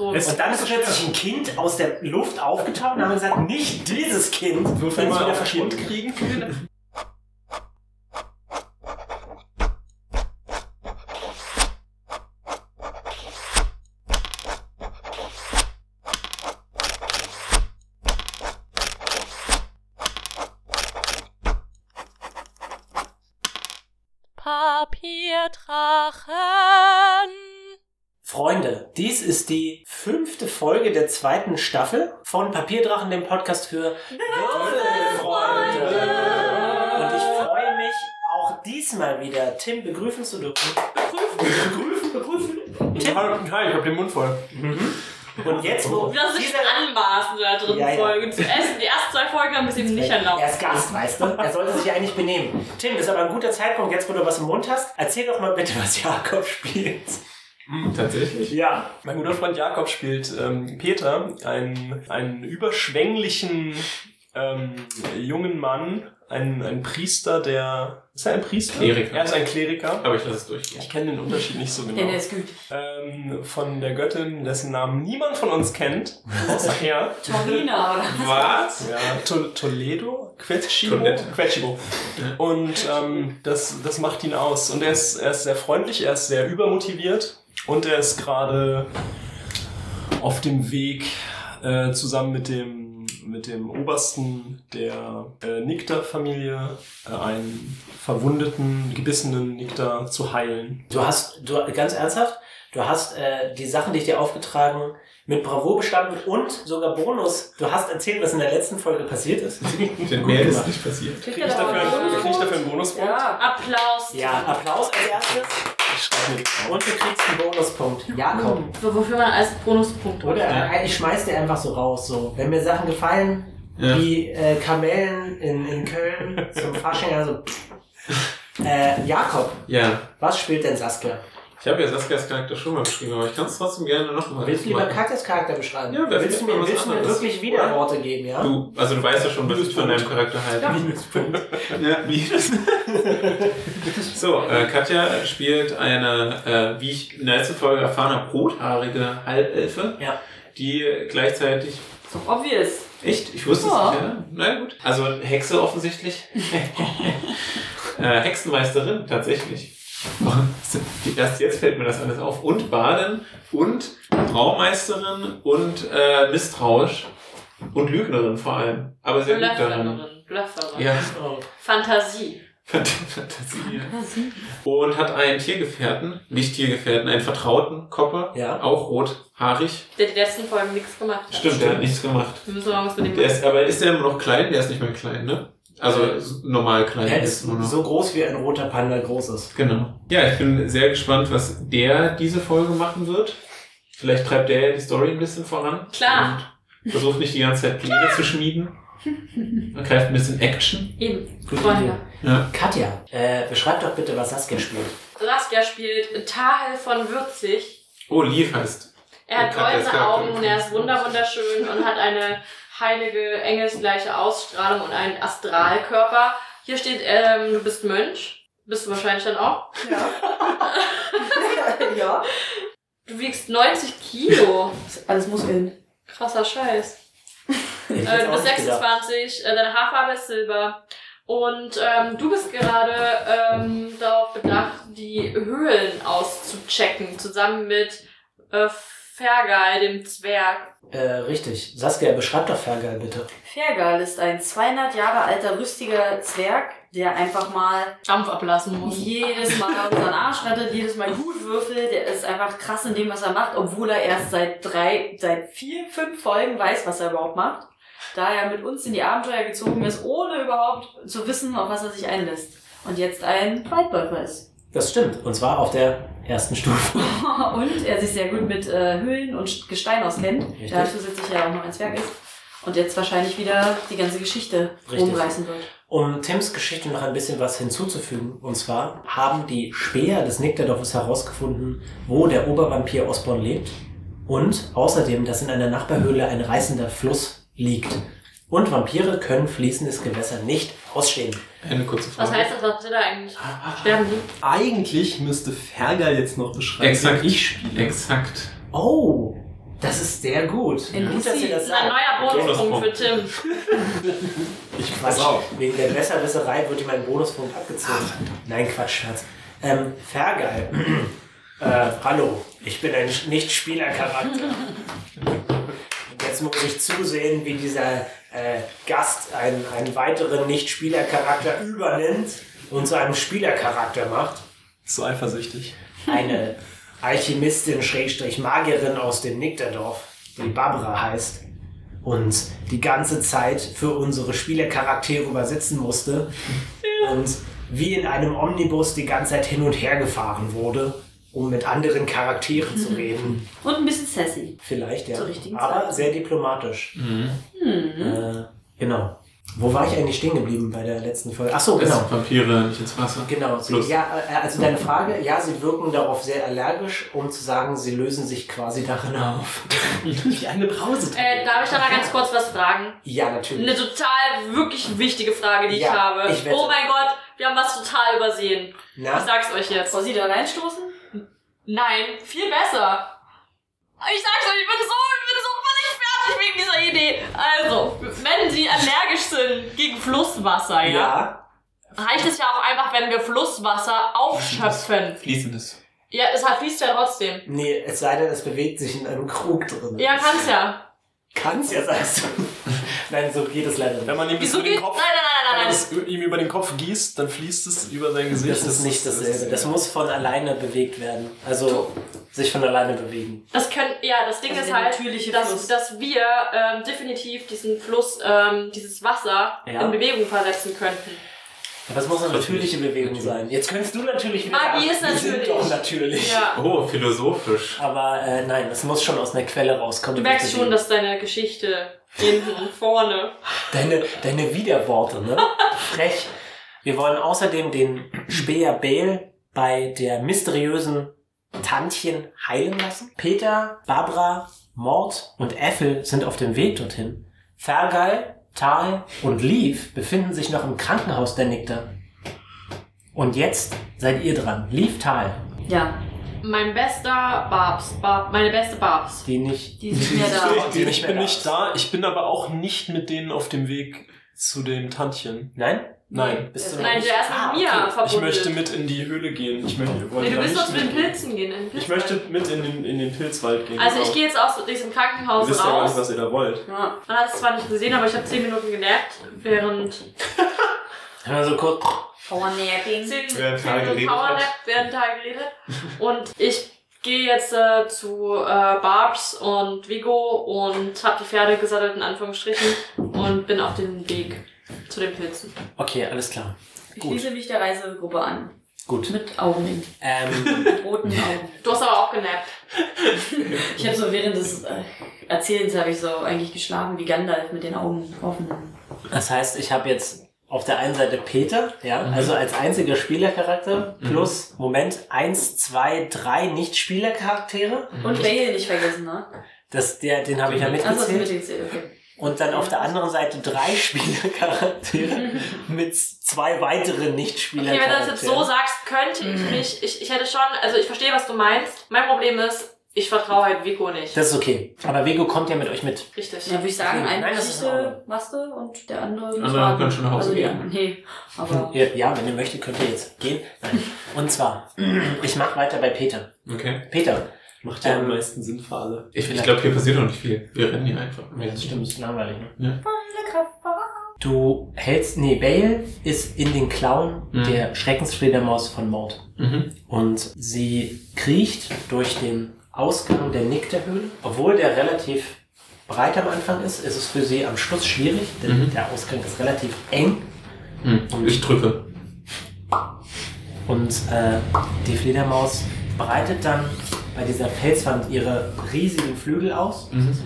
So, Es- und Und dann ist plötzlich ein Kind aus der Luft aufgetaucht und haben gesagt, nicht dieses Kind. Würfel Wenn sie mal wieder auf verschwunden. Kind kriegen. Papierdrachen. Freunde, dies ist die fünfte Folge der zweiten Staffel von Papierdrachen, dem Podcast für Würfelfreunde. Und ich freue mich auch diesmal wieder, Tim begrüßen zu dürfen. Begrüßen, begrüßen, Ich hab den Mund voll. Mhm. Und jetzt, wo Das ist dieser- anmaßen in der dritten Ja, ja. Folge zu essen. Die ersten zwei Folgen haben es eben nicht erlaubt. Er ist Gast, weißt du? Er sollte sich ja eigentlich benehmen. Tim, das ist aber ein guter Zeitpunkt, jetzt wo du was im Mund hast. Erzähl doch mal bitte, was Jakob spielt. Tatsächlich. Ja. Mein guter Freund Jakob spielt ähm, Peter, einen, einen überschwänglichen ähm, jungen Mann, einen, einen Priester, der. Ist er ein Priester? Kleriker. Er ist ein Kleriker. Aber ich lasse es durchgehen. Ich kenne den Unterschied nicht so genau. Denn er ist gut. Ähm, von der Göttin, dessen Namen niemand von uns kennt, außer er. Torina, oder? Was? Ja, Tol- Toledo? Quetschimo? Toilette. Quetschimo. Und ähm, das, das macht ihn aus. Und er ist, er ist sehr freundlich, er ist sehr übermotiviert und er ist gerade auf dem Weg äh, zusammen mit dem, mit dem Obersten der äh, Nikta-Familie äh, einen verwundeten, gebissenen Nikta zu heilen. Du hast, du, ganz ernsthaft, du hast äh, die Sachen, die ich dir aufgetragen, mit Bravour bestanden und sogar Bonus. Du hast erzählt, was in der letzten Folge passiert ist. Denn mehr ist nicht passiert. Kriegt Kriege er ich, da dafür auch einen- einen krieg ich dafür Bonuspunkt? einen Bonuspunkt? Ja. Applaus. Ja, Applaus als erstes Ich schreibe mir das auf. und du kriegst einen Bonuspunkt. Jakob. So, wofür man als Bonuspunkt Oder äh, ich schmeiß dir einfach so raus. So. Wenn mir Sachen gefallen, Ja. wie äh, Kamellen in, in Köln zum Fasching, also. Äh, Jakob, Ja. was spielt denn Saskia? Ich habe ja Saskias Charakter schon mal beschrieben, aber ich kann es trotzdem gerne nochmal Willst du lieber Katjas Charakter beschreiben? Ja, wer willst du will mir, was willst du mir anderes? wirklich wieder Worte geben, ja? Du, also du weißt ja schon, was ich von deinem Charakter halte. Ja, Minus. so, äh, Katja spielt eine, äh, wie ich in der letzten Folge erfahren habe, rothaarige Halbelfe, Ja. die gleichzeitig. Ist doch obvious. Echt? Ich wusste es Ja. nicht, ja? Na gut. Also Hexe offensichtlich. äh, Hexenmeisterin, tatsächlich. Erst jetzt fällt mir das alles auf. Und Baden und Traumeisterin und äh, Misstrauisch und Lügnerin vor allem. Aber sehr Also, gut daran. Blufferin. Blufferin. Ja. Oh. Fantasie. Fantasie. Und hat einen Tiergefährten, nicht Tiergefährten, einen vertrauten Kopper, Ja. auch rothaarig. Der die letzten Folgen nichts gemacht hat. Stimmt, der hat nichts gemacht. Wir müssen mal was mit dem Der ist, aber ist der immer noch klein? Der ist nicht mehr klein, ne? Also s- normal klein Er ist nur noch. so groß wie ein roter Panda groß ist. Genau. Ja, ich bin sehr gespannt, was der diese Folge machen wird. Vielleicht treibt der ja die Story ein bisschen voran. Klar. Und versucht nicht die ganze Zeit Pläne zu schmieden. Und greift ein bisschen Action. Eben. Gute Freunde. Ja. Katja, äh, beschreib doch bitte, was Saskia spielt. Saskia spielt Tahel von Würzig. Oh, Leaf heißt. Er hat Der Charakter ist goldene gehabt, Augen und er ist wunderwunderschön und hat eine heilige, engelsgleiche Ausstrahlung und einen Astralkörper. Hier steht, ähm, du bist Mönch. Bist du wahrscheinlich dann auch. ja. Du wiegst 90 Kilo. Alles Muskeln. Krasser Scheiß. Ich Äh, hätte du auch bist nicht gedacht. 26, äh, deine Haarfarbe ist silber. Und ähm, du bist gerade ähm, darauf bedacht, die Höhlen auszuchecken, zusammen mit äh, Fergal, dem Zwerg. Äh, richtig. Saskia, beschreib doch Fergal bitte. Fergal ist ein 200 Jahre alter, rüstiger Zwerg, der einfach mal Dampf ablassen Mhm. muss. jedes Mal auf seinen Arsch rettet, jedes Mal gut würfelt. Der ist einfach krass in dem, was er macht, obwohl er erst seit drei, seit vier, fünf Folgen weiß, was er überhaupt macht. Da er mit uns in die Abenteuer gezogen ist, ohne überhaupt zu wissen, auf was er sich einlässt. Und jetzt ein Weitläufer ist. Das stimmt. Und zwar auf der ersten Stufe. und er sich sehr gut mit äh, Höhlen und Gestein auskennt, Richtig. da er zusätzlich ja auch noch ein Zwerg ist. Und jetzt wahrscheinlich wieder die ganze Geschichte Richtig. rumreißen wird. Um Tims Geschichte noch ein bisschen was hinzuzufügen, und zwar haben die Späher des Nickerdorfes herausgefunden, wo der Obervampir Osborn lebt und außerdem, dass in einer Nachbarhöhle ein reißender Fluss liegt. Und Vampire können fließendes Gewässer nicht ausstehen. Eine kurze Frage. Was heißt das? Was passiert da eigentlich? Sterben die? Eigentlich müsste Fergal jetzt noch beschreiben, Exakt. wie ich spiele. Exakt. Oh, Das ist sehr gut. In gut, dass ihr das Ein sagt. Genau. neuer Bonuspunkt Bonuspunkt. für Tim. Ich Quatsch. auf. Wegen der Besserwisserei wird ihm ein Bonuspunkt abgezogen. Nein, Quatsch, Scherz. Ähm, Fergal. äh, hallo, ich bin ein Nicht-Spieler-Charakter. Jetzt muss ich zusehen, wie dieser äh, Gast einen, einen weiteren Nicht-Spieler-Charakter übernimmt und zu einem Spielercharakter macht. So eifersüchtig. Eine Alchemistin, Schrägstrich Magierin aus dem Nickderdorf, die Barbara heißt und die ganze Zeit für unsere Spielercharaktere übersetzen musste und wie in einem Omnibus die ganze Zeit hin und her gefahren wurde, um mit anderen Charakteren zu reden. Und ein bisschen sassy. Vielleicht, ja. Zur richtigen Aber Zeit. sehr diplomatisch. Hm. Äh, genau. Wo war ich eigentlich stehen geblieben bei der letzten Folge? Ach so, Dass genau. Vampire nicht ins Wasser. Genau, sie, Plus. ja, äh, also deine Frage, ja, sie wirken darauf sehr allergisch, um zu sagen, sie lösen sich quasi darin auf. Wie eine Brause. Äh, darf ich da mal ganz kurz was fragen? Ja, Eine natürlich. total wirklich wichtige Frage, die Ja, ich habe. ich wette. oh mein Gott, wir haben was total übersehen. Ich Na? sag's euch jetzt. Soll sie da reinstoßen? Nein, viel besser. Ich sag's euch, ich bin so, ich bin so völlig fertig wegen dieser Idee. Also, wenn sie allergisch sind gegen Flusswasser, ja, Ja. reicht es ja auch einfach, wenn wir Flusswasser aufschöpfen. Fließendes. Ja, es hat fließt ja trotzdem. Nee, es sei denn, es bewegt sich in einem Krug drin. Ja, kann's ja. Kann's ja, sagst du. Nein, so geht es leider Wenn nicht. man ihm das Wieso über geht? den Nein, nein, Kopf, nein, wenn nein, man nein. das ihm über den Kopf gießt, dann fließt es über sein Gesicht. Das ist nicht dasselbe. Das ist- muss von alleine bewegt werden. Also sich von alleine bewegen. Das können, ja, das Ding Also ist der halt, natürliche dass, Fluss. dass wir ähm, definitiv diesen Fluss, ähm, dieses Wasser Ja. in Bewegung versetzen könnten. Aber es muss eine natürliche Bewegung sein. Jetzt könntest du natürlich wieder Magie sagen, ist wir sind natürlich. doch natürlich. Ja. Oh, philosophisch. Aber äh, nein, es muss schon aus einer Quelle rauskommen. Du die merkst sich schon, bewegt. dass deine Geschichte hinten und vorne. Deine, deine Widerworte, ne? Frech. Wir wollen außerdem den Speer Bale bei der mysteriösen Tantchen heilen lassen. Peter, Barbara, Mord und Ethel sind auf dem Weg dorthin. Fergal, Tal und Leaf befinden sich noch im Krankenhaus der Nickter. Und jetzt seid ihr dran. Leaf, Tal, Ja, Mein bester Babs, Bab, meine beste Babs. die nicht... die sind ja da. die nicht ich mehr bin da nicht ist. da, ich bin aber auch nicht mit denen auf dem Weg zu den Tantchen. Nein? Nein. Bist noch Nein, nicht- der ist mit Ah, mir okay. verbunden. Ich möchte mit in die Höhle gehen. Ich möchte, wollte nee, du da willst nicht doch zu den mitgehen. Pilzen gehen. in den Ich Pilzwald. möchte mit in den, in den Pilzwald gehen. Also ich genau. gehe jetzt aus diesem Ihr Krankenhaus wisst ja gar nicht, raus. was ihr da wollt. Ja. Man hat es zwar nicht gesehen, aber ich habe 10 Minuten genervt, während Hör mal so kurz. Powernapping. 10 Während Tal Minuten geredet Powernap während Tag geredet. Und ich gehe jetzt äh, zu äh, Barbs und Vigo und habe die Pferde gesattelt, in Anführungsstrichen, und bin auf dem Weg zu den Pilzen. Okay, alles klar. Ich Gut. schließe mich der Reisegruppe an. Gut. Mit Augen. Ähm, Mit roten Augen. Du hast aber auch genappt. Ich habe so während des äh, Erzählens habe ich so eigentlich geschlafen wie Gandalf mit den Augen offen. Das heißt, ich habe jetzt auf der einen Seite Peter, ja, Mhm. also als einziger Spielercharakter, plus, Moment, eins, zwei, drei Nicht-Spielercharaktere. Und Bale nicht vergessen, ne? Das, der, den habe ich ja Also hast du mitgezählt. mitgezählt, okay. Und dann auf der anderen Seite drei Spielercharaktere mit zwei weiteren Okay, wenn du das Nicht-Spielercharakteren. jetzt so sagst, könnte ich mich, ich, ich hätte schon, also ich verstehe, was du meinst. Mein Problem ist, ich vertraue halt Vico nicht. das ist okay. Aber Vego kommt ja mit euch mit. Richtig. Ja, würde ich sagen, Okay, eine nein, das ist in Geschichte Ordnung. machst du und der andere. Die muss anderen warten. können schon nach Hause also die gehen. anderen- Nee, aber. Ja, ja, wenn ihr möchtet, könnt ihr jetzt gehen. Nein. Und zwar, ich mache weiter bei Peter. Okay. Peter, Macht ja Ähm, am meisten Sinn für alle. Ich, ich glaube, hier passiert auch nicht viel. Wir rennen hier einfach. das stimmt, ist langweilig. Ne? Volle Kraft voran. Du hältst, nee, Bale ist in den Klauen Mhm. der Schreckensfledermaus von Mord. Mhm. Und sie kriecht durch den Ausgang der Nick der Höhle. Obwohl der relativ breit am Anfang ist, ist es für sie am Schluss schwierig, denn Mhm. der Ausgang ist relativ eng. Mhm. Ich drücke. Und äh, die Fledermaus breitet dann bei dieser Felswand ihre riesigen Flügel aus Mhm.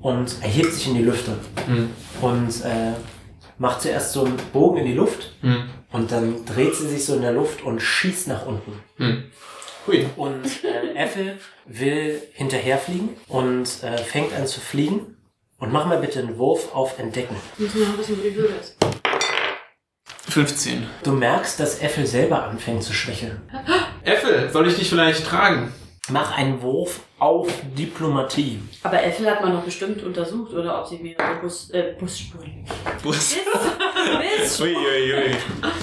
und erhebt sich in die Lüfte. Mhm. Und äh, macht zuerst so einen Bogen in die Luft Mhm. Und dann dreht sie sich so in der Luft und schießt nach unten. Mhm. Hui. Und äh, Äffel will hinterherfliegen und äh, fängt an zu fliegen. Und mach mal bitte einen Wurf auf Entdecken. Müssen wir noch wissen, wie die Höhle ist. 15. Du merkst, dass Äffel selber anfängt zu schwächeln. Äffel, soll ich dich vielleicht tragen? Mach einen Wurf auf Diplomatie. Aber Äffel hat man noch bestimmt untersucht, oder ob sie mehrere Bus, äh, Busspuren. Bus. Mist! Uiuiui.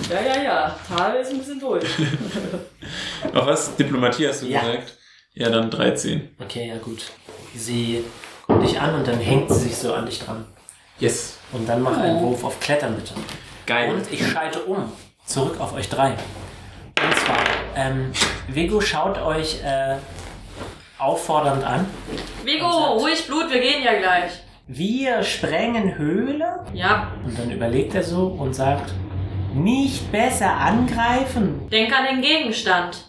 Ja, ja, ja. Tage ist ein bisschen durch. Auf was? Diplomatie hast du Ja. gesagt? Ja, dann 13. Okay, ja gut. Sie guckt dich an und dann hängt sie sich so an dich dran. Yes. Und dann mach einen Wurf auf Klettern bitte. Geil. Und ich schalte um. Zurück auf euch drei. Und zwar, ähm, Vigo schaut euch äh, auffordernd an. Vigo, ruhig Blut, wir gehen ja gleich. Wir sprengen Höhle. Ja, Und dann überlegt er so und sagt, nicht besser angreifen. denk an den Gegenstand.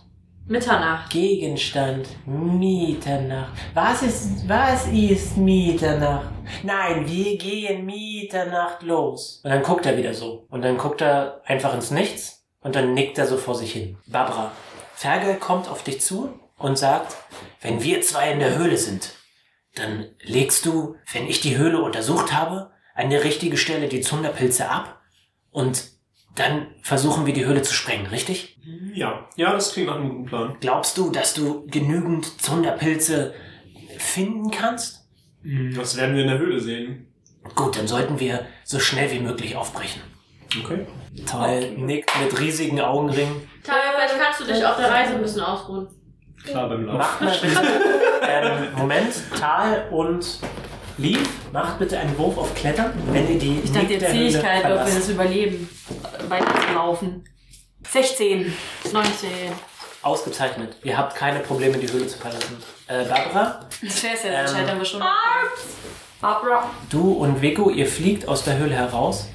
Mitternacht. Gegenstand, Mitternacht. Was ist, was ist Mitternacht? Nein, wir gehen Mitternacht los. Und dann guckt er wieder so. Und dann guckt er einfach ins Nichts. Und dann nickt er so vor sich hin. Barbara, Fergal kommt auf dich zu und sagt, wenn wir zwei in der Höhle sind, dann legst du, wenn ich die Höhle untersucht habe, an der richtigen Stelle die Zunderpilze ab und dann versuchen wir die Höhle zu sprengen, richtig? Ja. Ja, das klingt nach einem guten Plan. Glaubst du, dass du genügend Zunderpilze finden kannst? Das werden wir in der Höhle sehen. Gut, dann sollten wir so schnell wie möglich aufbrechen. Okay. Toll, nickt mit riesigen Augenringen. Taya, vielleicht kannst du dich auf der Reise ein bisschen ausruhen. Klar beim Laufen. Macht mal bitte. ähm, Moment, Tal und Lief, macht bitte einen Wurf auf Klettern, wenn ihr die Ich dachte, Nick die der Höhle Zähigkeit, ob wir verlasst. das überleben. Weiterlaufen. 16. 19. Ausgezeichnet. Ihr habt keine Probleme, die Höhle zu verlassen. Äh, Barbara, Das wär's ja, dann Ähm. scheitern wir schon. Barbara. du und Vigo, ihr fliegt aus der Höhle heraus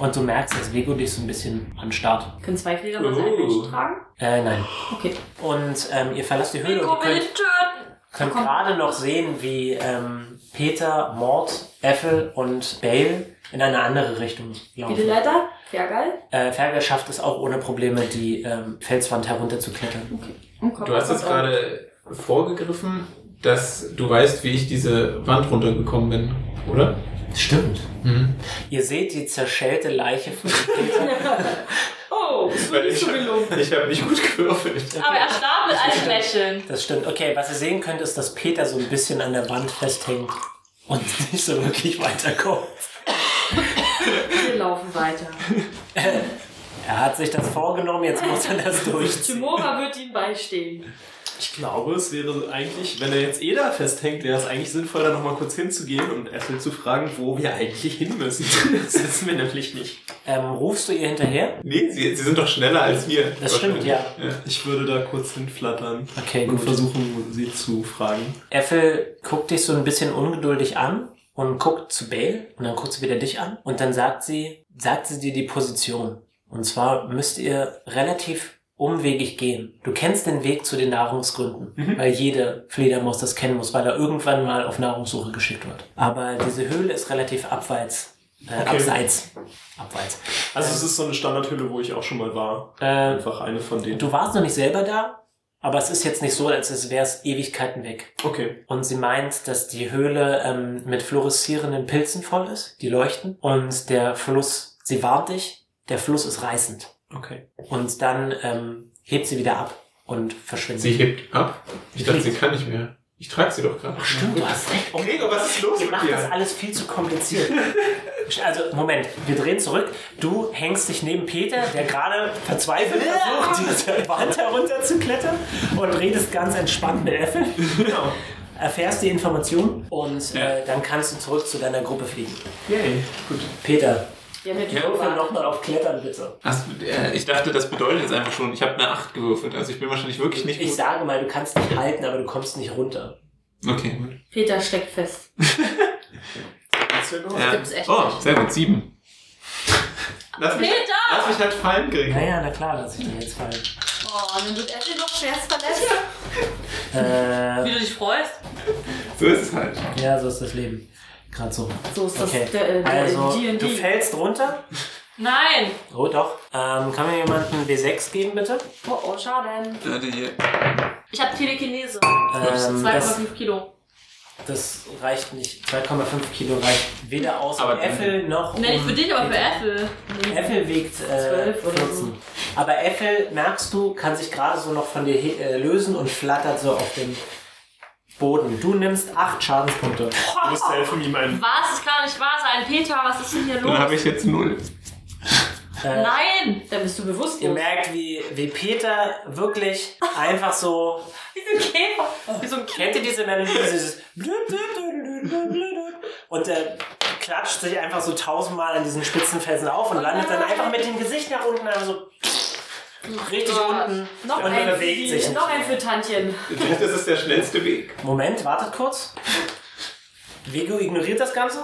und du merkst, dass Vigo dich so ein bisschen anstarrt. Können zwei Flieger was Oh. einen Menschen tragen? Äh, nein. Okay. Und ähm, ihr verlasst die Höhle Vigo und ihr will könnt, dich töten. könnt Komm. gerade noch sehen, wie ähm, Peter, Mord, Ethel und Bale in eine andere Richtung Wie die laufen. Leiter? Ja, geil. Äh, Fergal schafft es auch ohne Probleme, die ähm, Felswand herunterzuklettern. Um Du hast jetzt gerade vorgegriffen, dass du weißt, wie ich diese Wand runtergekommen bin, oder? Stimmt. Mhm. Ihr seht die zerschellte Leiche von Oh, das wird nicht so gelungen. ich habe nicht gut gewürfelt. Aber er starb mit einem Lächeln. Das stimmt. Okay, was ihr sehen könnt, ist, dass Peter so ein bisschen an der Wand festhängt und nicht so wirklich weiterkommt. Wir laufen weiter. Er hat sich das vorgenommen, jetzt muss er das durchziehen. Timora wird ihm beistehen. Ich glaube, es wäre eigentlich, wenn er jetzt eh da festhängt, wäre es eigentlich sinnvoll, da nochmal kurz hinzugehen und Ethel zu fragen, wo wir eigentlich hin müssen. Das wissen wir nämlich nicht. Ähm, rufst du ihr hinterher? Nee, sie, sie sind doch schneller als wir. Das stimmt, Wahrscheinlich. ja. Ich würde da kurz hinflattern Okay, und gut. versuchen, sie zu fragen. Äffel guckt dich so ein bisschen ungeduldig an und guckt zu Bale und dann guckt sie wieder dich an und dann sagt sie, sagt sie dir die Position. Und zwar müsst ihr relativ umwegig gehen. Du kennst den Weg zu den Nahrungsgründen, weil jede Fledermaus das kennen muss, weil er irgendwann mal auf Nahrungssuche geschickt wird. Aber diese Höhle ist relativ abwärts, äh, Okay. abseits, abwärts. Also es ist so eine Standardhöhle, wo ich auch schon mal war. Äh, Einfach eine von denen. du warst noch nicht selber da, aber es ist jetzt nicht so, als wäre es Ewigkeiten weg. Okay. Und sie meint, dass die Höhle ähm, mit fluoreszierenden Pilzen voll ist, die leuchten. Und der Fluss, sie warnt dich, der Fluss ist reißend. Okay. Und dann ähm, hebt sie wieder ab und verschwindet. Sie hebt ab. Ich dachte, sie kann nicht mehr. Ich trage sie doch gerade. Ach, stimmt, du hast recht. Oh, Gregor, was ist los Ihr mit macht das dir? alles viel zu kompliziert. Also, Moment, wir drehen zurück. Du hängst dich neben Peter, der gerade verzweifelt versucht, diese Wand herunterzuklettern und redest ganz entspannt mit Äffel. Genau. Erfährst die Information und äh, Ja. dann kannst du zurück zu deiner Gruppe fliegen. Yay. Gut. Peter, Ja, mit Ja, Würfel Timora. nochmal auf Klettern, bitte. Hast du, äh, ich dachte, das bedeutet jetzt einfach schon, ich habe eine 8 gewürfelt. Also ich bin wahrscheinlich wirklich nicht Ich gut. sage mal, du kannst dich halten, aber du kommst nicht runter. Okay, gut. Peter steckt fest. Ja. gibt's echt Oh, nicht. sehr gut, 7. Lass mich, Peter! lass mich halt fallen, Gregor. Naja, na klar, dass ich dir jetzt fallen. Oh, dann wird Äffel noch schwerst verletzt. Äh, Wie du dich freust. So ist es halt. ja, so ist das Leben. Gerade so. So ist das Okay. der, der Also, D&D. du fällst runter. Nein. Oh, doch. Ähm, kann mir jemand einen W6 geben, bitte? Oh, oh, schade. Warte hier. Ich habe Telekinese. Ähm, das, 2,5 Kilo. Das reicht nicht. 2,5 Kilo reicht weder aus Aber um Äffel noch Nenn ich um für dich, aber für Hm. Peter. Äffel. Äffel wiegt äh, Zwölf oder so. 14. Aber Äffel, merkst du, kann sich gerade so noch von dir he- äh, lösen und flattert so auf den Boden. Du nimmst 8 Schadenspunkte. Du musst helfen, ihm einen Was? Das kann doch nicht wahr sein. Peter, was ist denn hier Dann los? habe ich jetzt null. Äh, Nein! Dann bist du bewusst. Ihr merkt, wie, wie Peter wirklich einfach so. Diese Käfer. Wie so ein Kennt ihr Käfer. diese Melodie? Dieses und er klatscht sich einfach so tausendmal an diesen Spitzenfelsen auf Oh und landet dann einfach mit dem Gesicht nach unten, einfach so richtig unten. Noch Und ein, bewegt sich nicht. noch ein für Tantchen. Das ist der schnellste Weg. Moment, wartet kurz. Vigo ignoriert das Ganze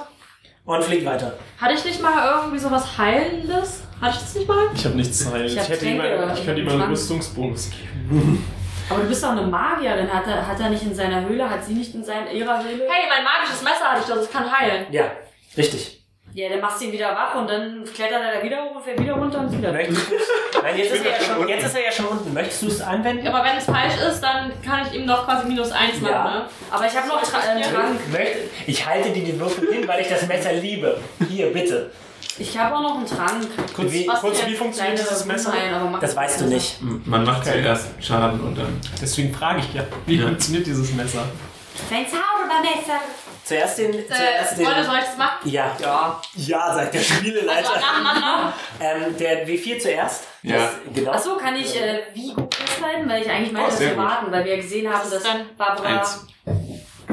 und fliegt weiter. Hatte ich nicht mal irgendwie sowas Heilendes? Hatte ich das nicht mal? Ich habe nichts zu heilen. Ich Ich, hab hätte ihm Tränke einen, ich könnte ihm im einen Schrank. Rüstungsbonus geben. Aber du bist doch eine Magierin. Hat er, hat er nicht in seiner Höhle? Hat sie nicht in seiner, ihrer Höhle? Hey, mein magisches Messer hatte ich, das es kann heilen. Ja, richtig. Ja, dann machst du ihn wieder wach und dann klettert er da wieder hoch und fährt wieder runter und wieder. Möchtest du Nein, jetzt ist, er ja schon, jetzt ist er ja schon unten. Möchtest du es anwenden? Aber wenn es falsch ist, dann kann ich ihm noch quasi minus eins machen, Ja. ne? Aber ich habe noch tra äh, einen Trank. Möchte- Ich halte dir die Würfel hin, weil ich das Messer liebe. Hier, bitte. Ich habe auch noch einen Trank. Kurz, Wie- Was kurz jetzt wie funktioniert kleine dieses Messer? Nein, aber mach Das weißt du nicht. Man macht zuerst Schaden und dann. Deswegen frage ich ja, wie Ja. funktioniert dieses Messer? Dein Zaubermesser. Zuerst den. Äh, Zuerst den Freunde, soll ich das machen? ja. ja. Ja, sagt der Also Spieleleiter. nacheinander. Ähm, der W4 zuerst. Ja. Das, genau. Achso, kann ich äh, Vigo festhalten? Weil ich eigentlich meinte, Oh, dass sehr wir gut. warten, weil wir gesehen haben, Was ist dass denn? Barbara. Eins.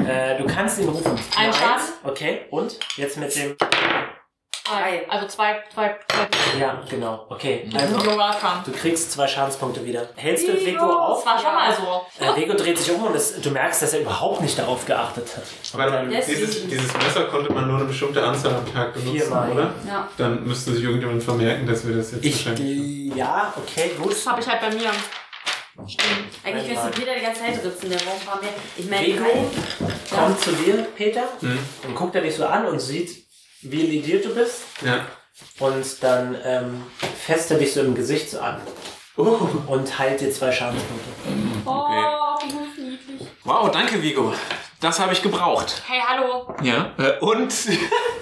Äh, du kannst ihn rufen. Ein Nur Schaden. eins. Okay, und? Jetzt mit dem. Drei. Also zwei, zwei, zwei. Ja, genau. Okay. Also, You're welcome. du kriegst zwei Schadenspunkte wieder. Hältst du Vigo. Vigo auf? Das war schon mal so. Äh, Vigo dreht sich um und es, du merkst, dass er überhaupt nicht darauf geachtet hat. Aber Deswegen. dieses, dieses Messer konnte man nur eine bestimmte Anzahl am Tag benutzen, Viermal. oder? Ja. Dann müsste sich irgendjemand vermerken, dass wir das jetzt Ich. wahrscheinlich. Ja, okay, gut. Das hab ich halt bei mir. Stimmt. Eigentlich wirst du Peter die ganze Zeit ritzen, der braucht ein paar mehr. Ich Vigo merke, kommt zu dir, Peter, Hm? und guckt er dich so an und sieht, wie lidiert du bist. Ja. Und dann ähm, fässt er dich so im Gesicht so an Oh, und heilt dir zwei Schadenspunkte. Oh, wie gut, niedlich. wow, danke Vigo. Das habe ich gebraucht. Hey, hallo. Ja. Äh, und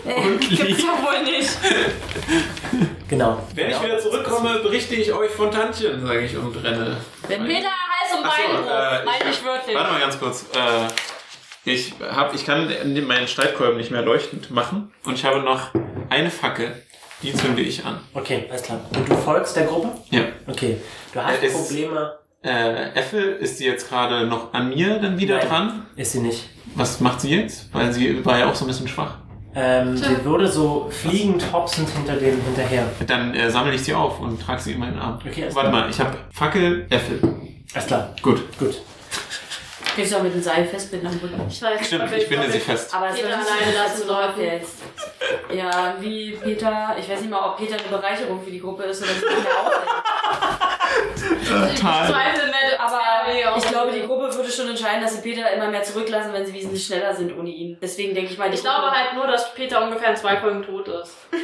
Äh, und Gibt's lieb. doch wohl nicht. Genau. Wenn ich genau. wieder zurückkomme, berichte ich euch von Tantchen, sage ich und renne. Wenn Peter heiß und Ach so, Bein äh, hoch, meine ich wirklich. Warte mal ganz kurz. Äh, ich, hab, ich kann meinen Streitkolben nicht mehr leuchtend machen und ich habe noch eine Fackel. Die zünde ich an. Okay, alles klar. Und du folgst der Gruppe? Ja. Okay. Du hast Äh, ist- Probleme. Äh, Äffel, ist die jetzt gerade noch an mir dann wieder Nein. dran? Ist sie nicht. Was macht sie jetzt? Weil sie war ja auch so ein bisschen schwach. Ähm, Tja. sie würde so fliegend hopsend hinter dem hinterher. Dann äh, sammle ich sie auf und trage sie in meinen Arm. Okay, alles Warte mal, ich habe Fackel, Äffel. Alles klar, Gut. gut. kriegst du auch mit dem Seil fest mit einem Rücken. Ich weiß, Stimmt, bin- ich binde sie fest. Aber es Peter wird alleine alleine lassen dazu läuft laufen. jetzt. Ja, wie Peter, ich weiß nicht mal, ob Peter eine Bereicherung für die Gruppe ist oder so. Aber Ich Total. zweifle mehr, aber ich glaube, die Gruppe würde schon entscheiden, dass sie Peter immer mehr zurücklassen, wenn sie wesentlich schneller sind ohne ihn. Deswegen denke ich mal, die Ich glaube Gruppe- halt nur, dass Peter ungefähr in zwei Folgen tot ist. Das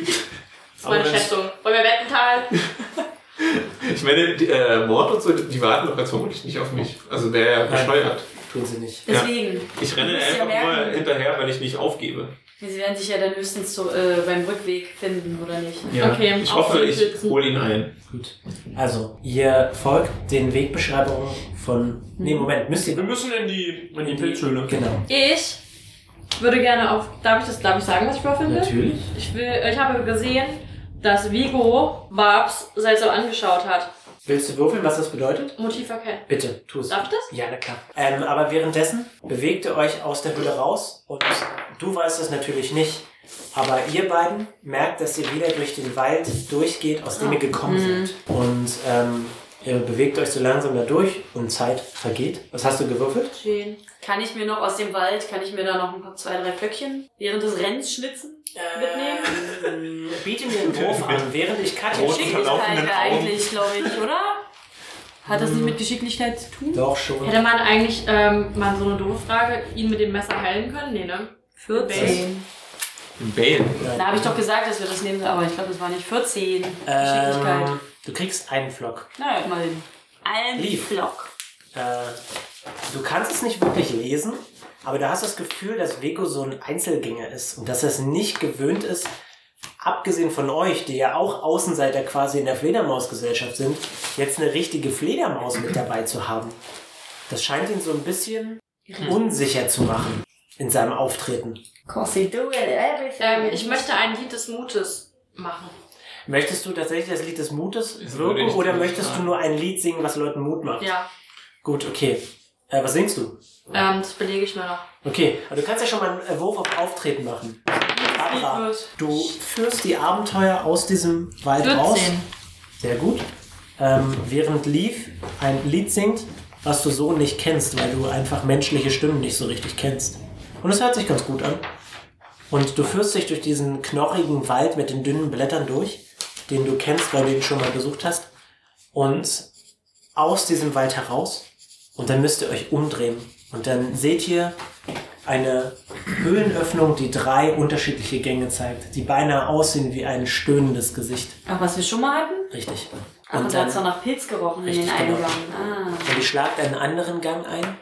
ist Aber meine das- Schätzung. Wollen wir wetten, Karl? Ich meine, die, äh, Mord und so, die warten doch jetzt vermutlich nicht auf mich. Also wäre ja bescheuert. Tun sie nicht. Deswegen. Ich renne Du musst ja einfach nur merken. hinterher, weil ich nicht aufgebe. Sie werden sich ja dann höchstens so, äh, beim Rückweg finden, oder nicht? Ja. Okay, ich hoffe, ich aufsitzen. hole ihn ein. Gut. Also, ihr folgt den Wegbeschreibungen von. Nee, Moment, müsst ihr. Wir müssen in die, in die Pilzhöhle. Genau. Ich würde gerne auf. Darf ich das, darf ich sagen, was ich würfeln will? Natürlich. Ich, will, ich habe gesehen, dass Vigo Barbs seltsam angeschaut hat. Willst du würfeln, was das bedeutet? Motivverkehr. Bitte, tu es. Darf ich das? Ja, na klar. Ähm, aber währenddessen bewegt ihr euch aus der Höhle raus und du weißt es natürlich nicht. Aber ihr beiden merkt, dass ihr wieder durch den Wald durchgeht, aus dem ihr gekommen sind. Und ähm, ihr bewegt euch so langsam da durch und Zeit vergeht. Was hast du gewürfelt? Schön. Kann ich mir noch aus dem Wald, kann ich mir da noch ein paar, zwei, drei Flöckchen während des Rennens schnitzen? Äh, Mitnehmen? Äh, Biete mir einen Wurf an, während ich Katja Rot. schicke. verlaufenden Geschicklichkeit Augen. eigentlich, glaube ich, oder? Hat das nicht mit Geschicklichkeit zu tun? Doch schon. Hätte man eigentlich ähm, mal so eine doofe Frage, ihn mit dem Messer heilen können? Nee, ne? 14. Bale. Da habe ich doch gesagt, dass wir das nehmen, aber ich glaube, das war nicht 14. Geschicklichkeit. ähm, Du kriegst einen Flock. Naja, immerhin. Ein Lief. Flock. Äh, du kannst es nicht wirklich lesen, Aber du hast das Gefühl, dass Veko so ein Einzelgänger ist und dass er es nicht gewöhnt ist, abgesehen von euch, die ja auch Außenseiter quasi in der Fledermausgesellschaft sind, jetzt eine richtige Fledermaus mit dabei zu haben. Das scheint ihn so ein bisschen unsicher zu machen in seinem Auftreten. Cause he doing everything. Ähm, ich möchte ein Lied des Mutes machen. Möchtest du tatsächlich das Lied des Mutes Das würde wirken ich oder tun, möchtest ja. du nur ein Lied singen, was Leuten Mut macht? Ja, Gut, okay. Äh, was singst du? ähm, das belege ich mir noch. Okay, aber du kannst ja schon mal einen äh, Wurf auf Auftreten machen. Barbara, du führst die Abenteuer aus diesem Wald raus. 14. Sehr gut. Ähm, während Leaf ein Lied singt, was du so nicht kennst, weil du einfach menschliche Stimmen nicht so richtig kennst. Und es hört sich ganz gut an. Und du führst dich durch diesen knorrigen Wald mit den dünnen Blättern durch, den du kennst, weil du ihn schon mal besucht hast. Und aus diesem Wald heraus. Und dann müsst ihr euch umdrehen. Und dann seht ihr eine Höhlenöffnung, die drei unterschiedliche Gänge zeigt, die beinahe aussehen wie ein stöhnendes Gesicht. Ach, was wir schon mal hatten? Richtig. Ach, und da dann- hat's doch nach Pilz gerochen in den Richtig, genau. Eingang. Ah. und ihr schlagt einen anderen Gang ein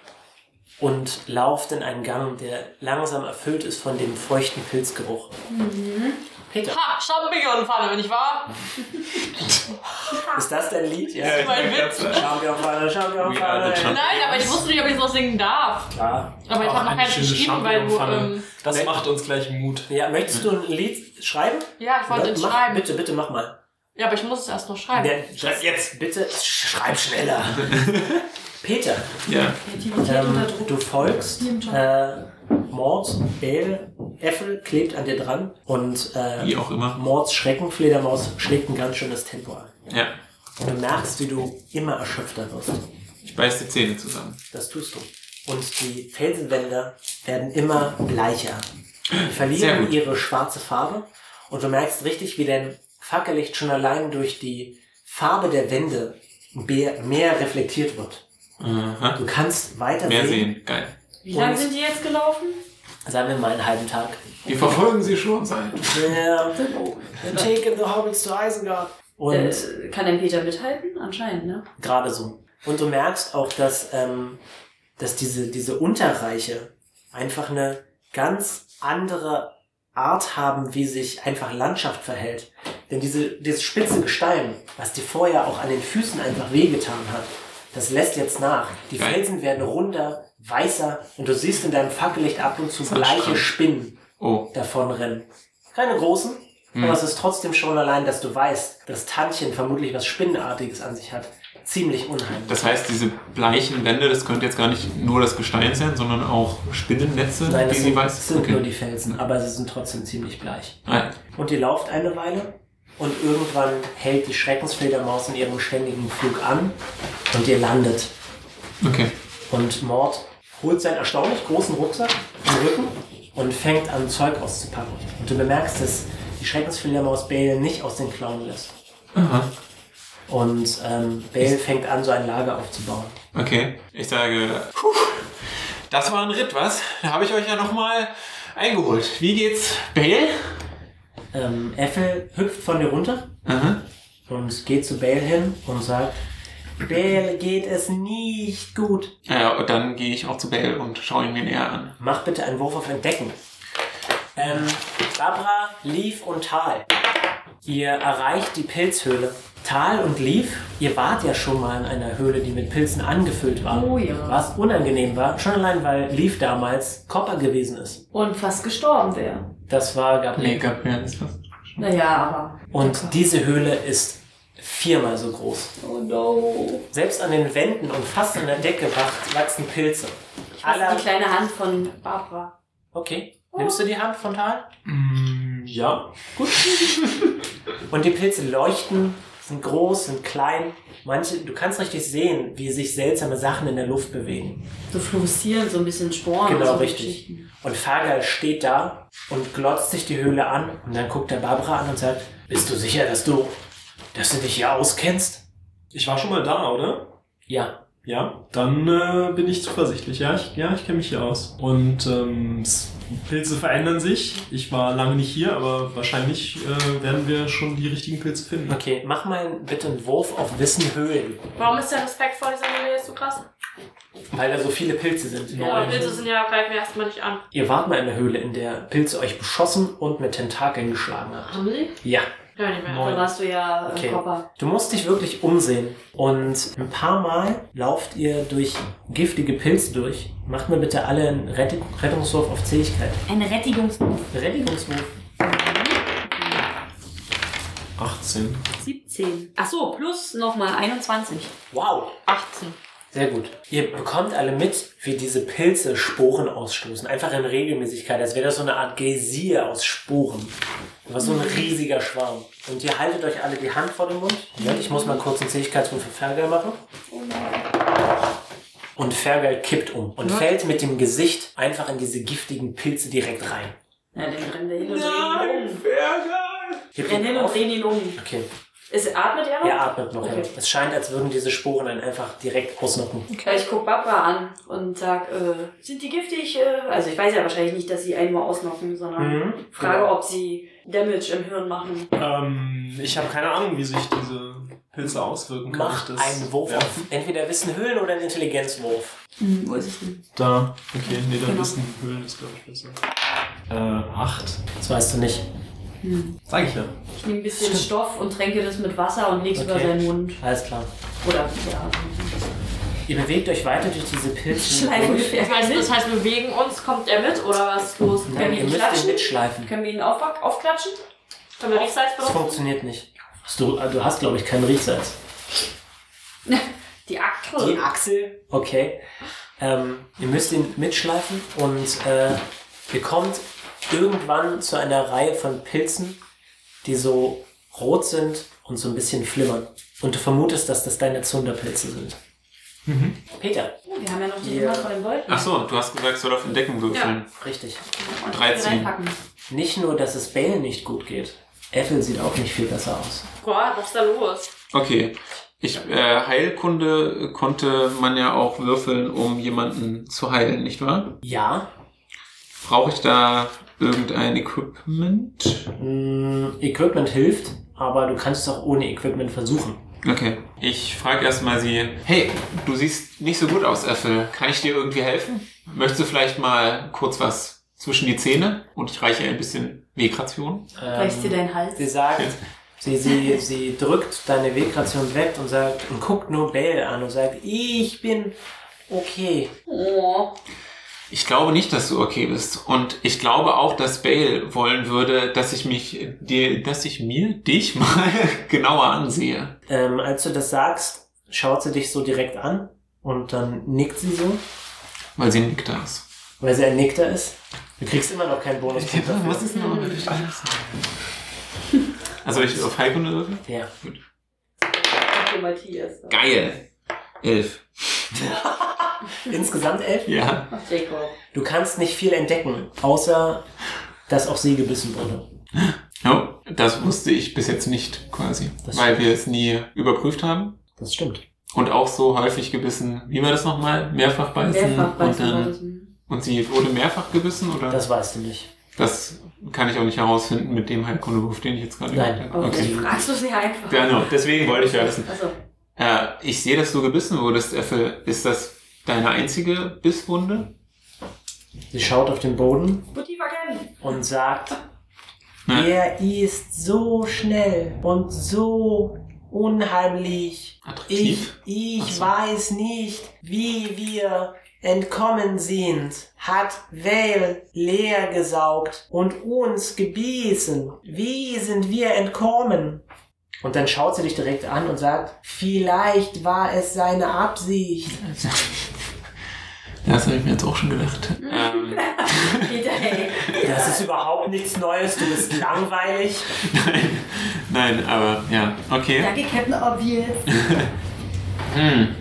und lauft in einen Gang, der langsam erfüllt ist von dem feuchten Pilzgeruch. Mhm. Peter, Ha, Schaumbegerenpfanne, nicht wahr? ist das dein Lied? Ja. ich mein merke das. Schauen wir auf alle, schauen wir auf We are the alle. champ- Nein, aber ich wusste nicht, ob ich sowas singen darf. Klar. Aber ich Auch habe noch eine keins schöne geschrieben, weil du. Schaumbegerenpfanne. Ähm, Das Nee. macht uns gleich Mut. Ja, möchtest du ein Lied schreiben? ja, ich wollte es mach, schreiben. Bitte, bitte, mach mal. Ja, aber ich muss es erst noch schreiben. Ja, schreib jetzt. Bitte, sch- schreib schneller. Peter, Ja. Kreativität ähm, unter Druck. du folgst. Äh, Mord, Bell, Äffel klebt an dir dran und äh, Wie auch immer. Mords Schreckenfledermaus schlägt ein ganz schönes Tempo an. Ja. Du merkst, wie du immer erschöpfter wirst. Ich beiß die Zähne zusammen. Das tust du. Und die Felsenwände werden immer bleicher. Die Sehr verlieren gut. ihre schwarze Farbe und du merkst richtig, wie dein Fackellicht schon allein durch die Farbe der Wände mehr, mehr reflektiert wird. Aha. Du kannst weiter Mehr sehen, sehen. Geil. Wie lange und- sind die jetzt gelaufen? sagen wir mal einen halben Tag. Wir verfolgen sie schon seit. Yeah. Taken the hobbits to Isengard. Und äh, kann denn Peter mithalten? Anscheinend, ne? Gerade so. Und du merkst auch, dass, ähm, dass diese, diese Unterreiche einfach eine ganz andere Art haben, wie sich einfach Landschaft verhält. Denn diese, dieses spitze Gestein, was dir vorher auch an den Füßen einfach wehgetan hat, das lässt jetzt nach. Die Geil. Felsen werden runder, weißer und du siehst in deinem Fackellicht ab und zu Sandstrand. bleiche Spinnen Oh. davonrennen. Keine großen, Hm. aber es ist trotzdem schon allein, dass du weißt, dass Tantchen vermutlich was Spinnenartiges an sich hat. Ziemlich unheimlich. Das heißt, diese bleichen Wände, das könnte jetzt gar nicht nur das Gestein sein, sondern auch Spinnennetze, Nein, die das sie sind, weiß. das sind nur die Felsen, aber sie sind trotzdem ziemlich bleich. Nein. Und ihr lauft eine Weile und irgendwann hält die Schreckensfledermaus in ihrem ständigen Flug an und ihr landet. Okay. Und Mord holt seinen erstaunlich großen Rucksack im Rücken und fängt an, Zeug auszupacken. Und du bemerkst, dass die Schreckensfledermaus Bale nicht aus den Klauen lässt. Aha. Und ähm, Bale fängt an, so ein Lager aufzubauen. Okay. Ich sage, puh, das war ein Ritt, was? Da habe ich euch ja nochmal eingeholt. Wie geht's, Bale? Ähm, Äffel hüpft von dir runter Aha. und geht zu Bale hin und sagt, Bale geht es nicht gut. Ja, und dann gehe ich auch zu Bale und schaue ihn mir näher an. Mach bitte einen Wurf auf Entdecken. Ähm, Barbara, Leaf und Tal. Ihr erreicht die Pilzhöhle. Tal und Leaf, ihr wart ja schon mal in einer Höhle, die mit Pilzen angefüllt war. Oh ja. Was unangenehm war, schon allein, weil Leaf damals Kopper gewesen ist. Und fast gestorben wäre. Das war Gabriel. Gabriel ist das. Naja, aber. Und diese Höhle ist viermal so groß. Oh no. Selbst an den Wänden und fast an der Decke wacht- wachsen Pilze. Das ist Aller, die kleine Hand von Barbara. okay. Nimmst du die Hand von Tal? Ja. Und die Pilze leuchten, sind groß, sind klein. Manche, du kannst richtig sehen, wie sich seltsame Sachen in der Luft bewegen. So fluoreszieren, so ein bisschen Sporen. Genau, so richtig. Geschichten. Und Fagal steht da und glotzt sich die Höhle an und dann guckt er Barbara an und sagt, bist du sicher, dass du, dass du dich hier auskennst? Ich war schon mal da, oder? Ja. Ja. Dann äh, bin ich zuversichtlich. Ja, ich, ja, ich kenne mich hier aus. Und ähm, s- Pilze verändern sich. Ich war lange nicht hier, aber wahrscheinlich äh, werden wir schon die richtigen Pilze finden. Okay, mach mal bitte einen Wurf auf Wissen Höhlen. Warum ist der Respekt vor dieser Höhle jetzt so krass? Weil da so viele Pilze sind. Genau, Pilze sind ja, greifen wir erstmal nicht an. Ihr wart mal in der Höhle, in der Pilze euch beschossen und mit Tentakeln geschlagen haben. Haben die? Ja. Ja, nicht mehr. Dann warst du ja Okay. im Kopper. Du musst dich wirklich umsehen. Und ein paar Mal lauft ihr durch giftige Pilze durch. Macht mir bitte alle einen Rettung, Rettungswurf auf Zähigkeit. Ein Rettigungsruf. Rettungswurf. 18. 17. Ach so, plus nochmal 21. Wow. 18. Sehr gut. Ihr bekommt alle mit, wie diese Pilze Sporen ausstoßen. Einfach in Regelmäßigkeit, als wäre das so eine Art Geysir aus Sporen. Aber so ein riesiger Schwarm. Und ihr haltet euch alle die Hand vor den Mund. Moment, ich muss mal kurz einen Zähigkeitswurf für Fergal machen. Und Fergal kippt um und Ja. fällt mit dem Gesicht einfach in diese giftigen Pilze direkt rein. Ja, den rennen wir hin und drehen ihn Nein, um. Fergal! Ihr Rennen hin blickt und auf. drehen ihn um. Okay, Ist, atmet er noch? er atmet noch. Okay. Ja. Es scheint, als würden diese Sporen dann einfach direkt ausnocken. Weil Ich guck Barbara an und sag, äh, sind die giftig? Äh, also ich weiß ja wahrscheinlich nicht, dass sie einen nur ausnocken, sondern Mhm. frage, ob sie Damage im Hirn machen. Ähm, ich habe keine Ahnung, wie sich diese Pilze auswirken. Kann Macht ich das einen Wurf auf werfen? entweder Wissen Höhlen oder einen Intelligenzwurf. Hm, wo ist es denn? Da. Okay, nee, dann Genau. wissen die Höhlen das, glaube ich, besser. Äh, 8. Das weißt du nicht. Hm. Sag ich ja. Ich nehme ein bisschen Stoff und tränke das mit Wasser und leg's über Okay. seinen Mund. Alles klar. Oder ja. Ihr bewegt euch weiter durch diese Pilze. Schleifen durch. wir Das heißt, das heißt, wir bewegen uns, kommt er mit oder was ist los? Nein, ihr ihn müsst ihn klatschen? mitschleifen. Können wir ihn auf, aufklatschen? Können wir Riechsalz Das benutzen? funktioniert nicht. Hast Du, äh, du hast, glaube ich, keinen Riechsalz. Die Akte. Die Achsel. Okay. Ähm, ihr müsst ihn mitschleifen und äh, ihr kommt irgendwann zu einer Reihe von Pilzen, die so rot sind und so ein bisschen flimmern. Und du vermutest, dass das deine Zunderpilze sind. Peter. Oh, wir haben ja noch die Ja. Nummer von den Beutel. Ach so, du hast gesagt, soll auf Entdeckung würfeln. Richtig. Und die 13. reinpacken. Nicht nur, dass es Bale nicht gut geht, Ethel sieht auch nicht viel besser aus. Boah, was ist da los? Okay. Ich, äh, Heilkunde konnte man ja auch würfeln, um jemanden zu heilen, nicht wahr? Ja, Brauche ich da irgendein Equipment? mh, mm, Equipment hilft, aber du kannst es auch ohne Equipment versuchen. Okay. Ich frage erstmal sie, hey, du siehst nicht so gut aus, Äffel. Kann ich dir irgendwie helfen? Möchtest du vielleicht mal kurz was zwischen die Zähne? Und ich reiche ein bisschen Wegration. Reichst dir deinen Hals? Ähm, Sie sagt, sie, sie, sie drückt deine Wegration weg und sagt und guckt nur Bell an und sagt, ich bin okay. Oh. Ich glaube nicht, dass du okay bist. Und ich glaube auch, dass Bale wollen würde, dass ich mich dir, dass ich mir dich mal genauer ansehe. Ähm, als du das sagst, schaut sie dich so direkt an und dann nickt sie so, Weil sie nickt das. weil sie ein Nickter ist. Du kriegst immer noch keinen Bonus. Was ist noch? Also ich auf Heilkunde würfeln? Ja. Okay, Matthias. Geil. Elf. Insgesamt elf? Ja. Ach, Jacob. Du kannst nicht viel entdecken, außer dass auf sie gebissen wurde. Ja, das wusste ich bis jetzt nicht quasi, Das weil stimmt. wir es nie überprüft haben Das stimmt. und auch so häufig gebissen. Wie war das nochmal? Mehrfach beißen. Mehrfach und, weißt du dann, das. hm. und sie wurde mehrfach gebissen oder? Das, Das weißt du nicht. kann ich auch nicht herausfinden mit dem Heilkundewurf, den ich jetzt gerade Nein. gemacht habe. Aber Okay. okay. fragst du es nicht einfach. Genau, deswegen wollte ich ja wissen. Also, Äh, ich sehe, dass du gebissen wurdest, Äffel. Ist das deine einzige Bisswunde? Sie schaut auf den Boden Mutti war gern. und sagt, Nein. er ist so schnell und so unheimlich. Ich, Attraktiv. ich so. weiß nicht, wie wir entkommen sind. Hat Vale leer gesaugt und uns gebissen. Wie sind wir entkommen? Und dann schaut sie dich direkt an und sagt, vielleicht war es seine Absicht. Also, Das habe ich mir jetzt auch schon gedacht. ähm, Peter, hey. Das ist überhaupt nichts Neues, du bist langweilig. nein, nein, aber ja, okay. Danke, Captain Obvious. Hm.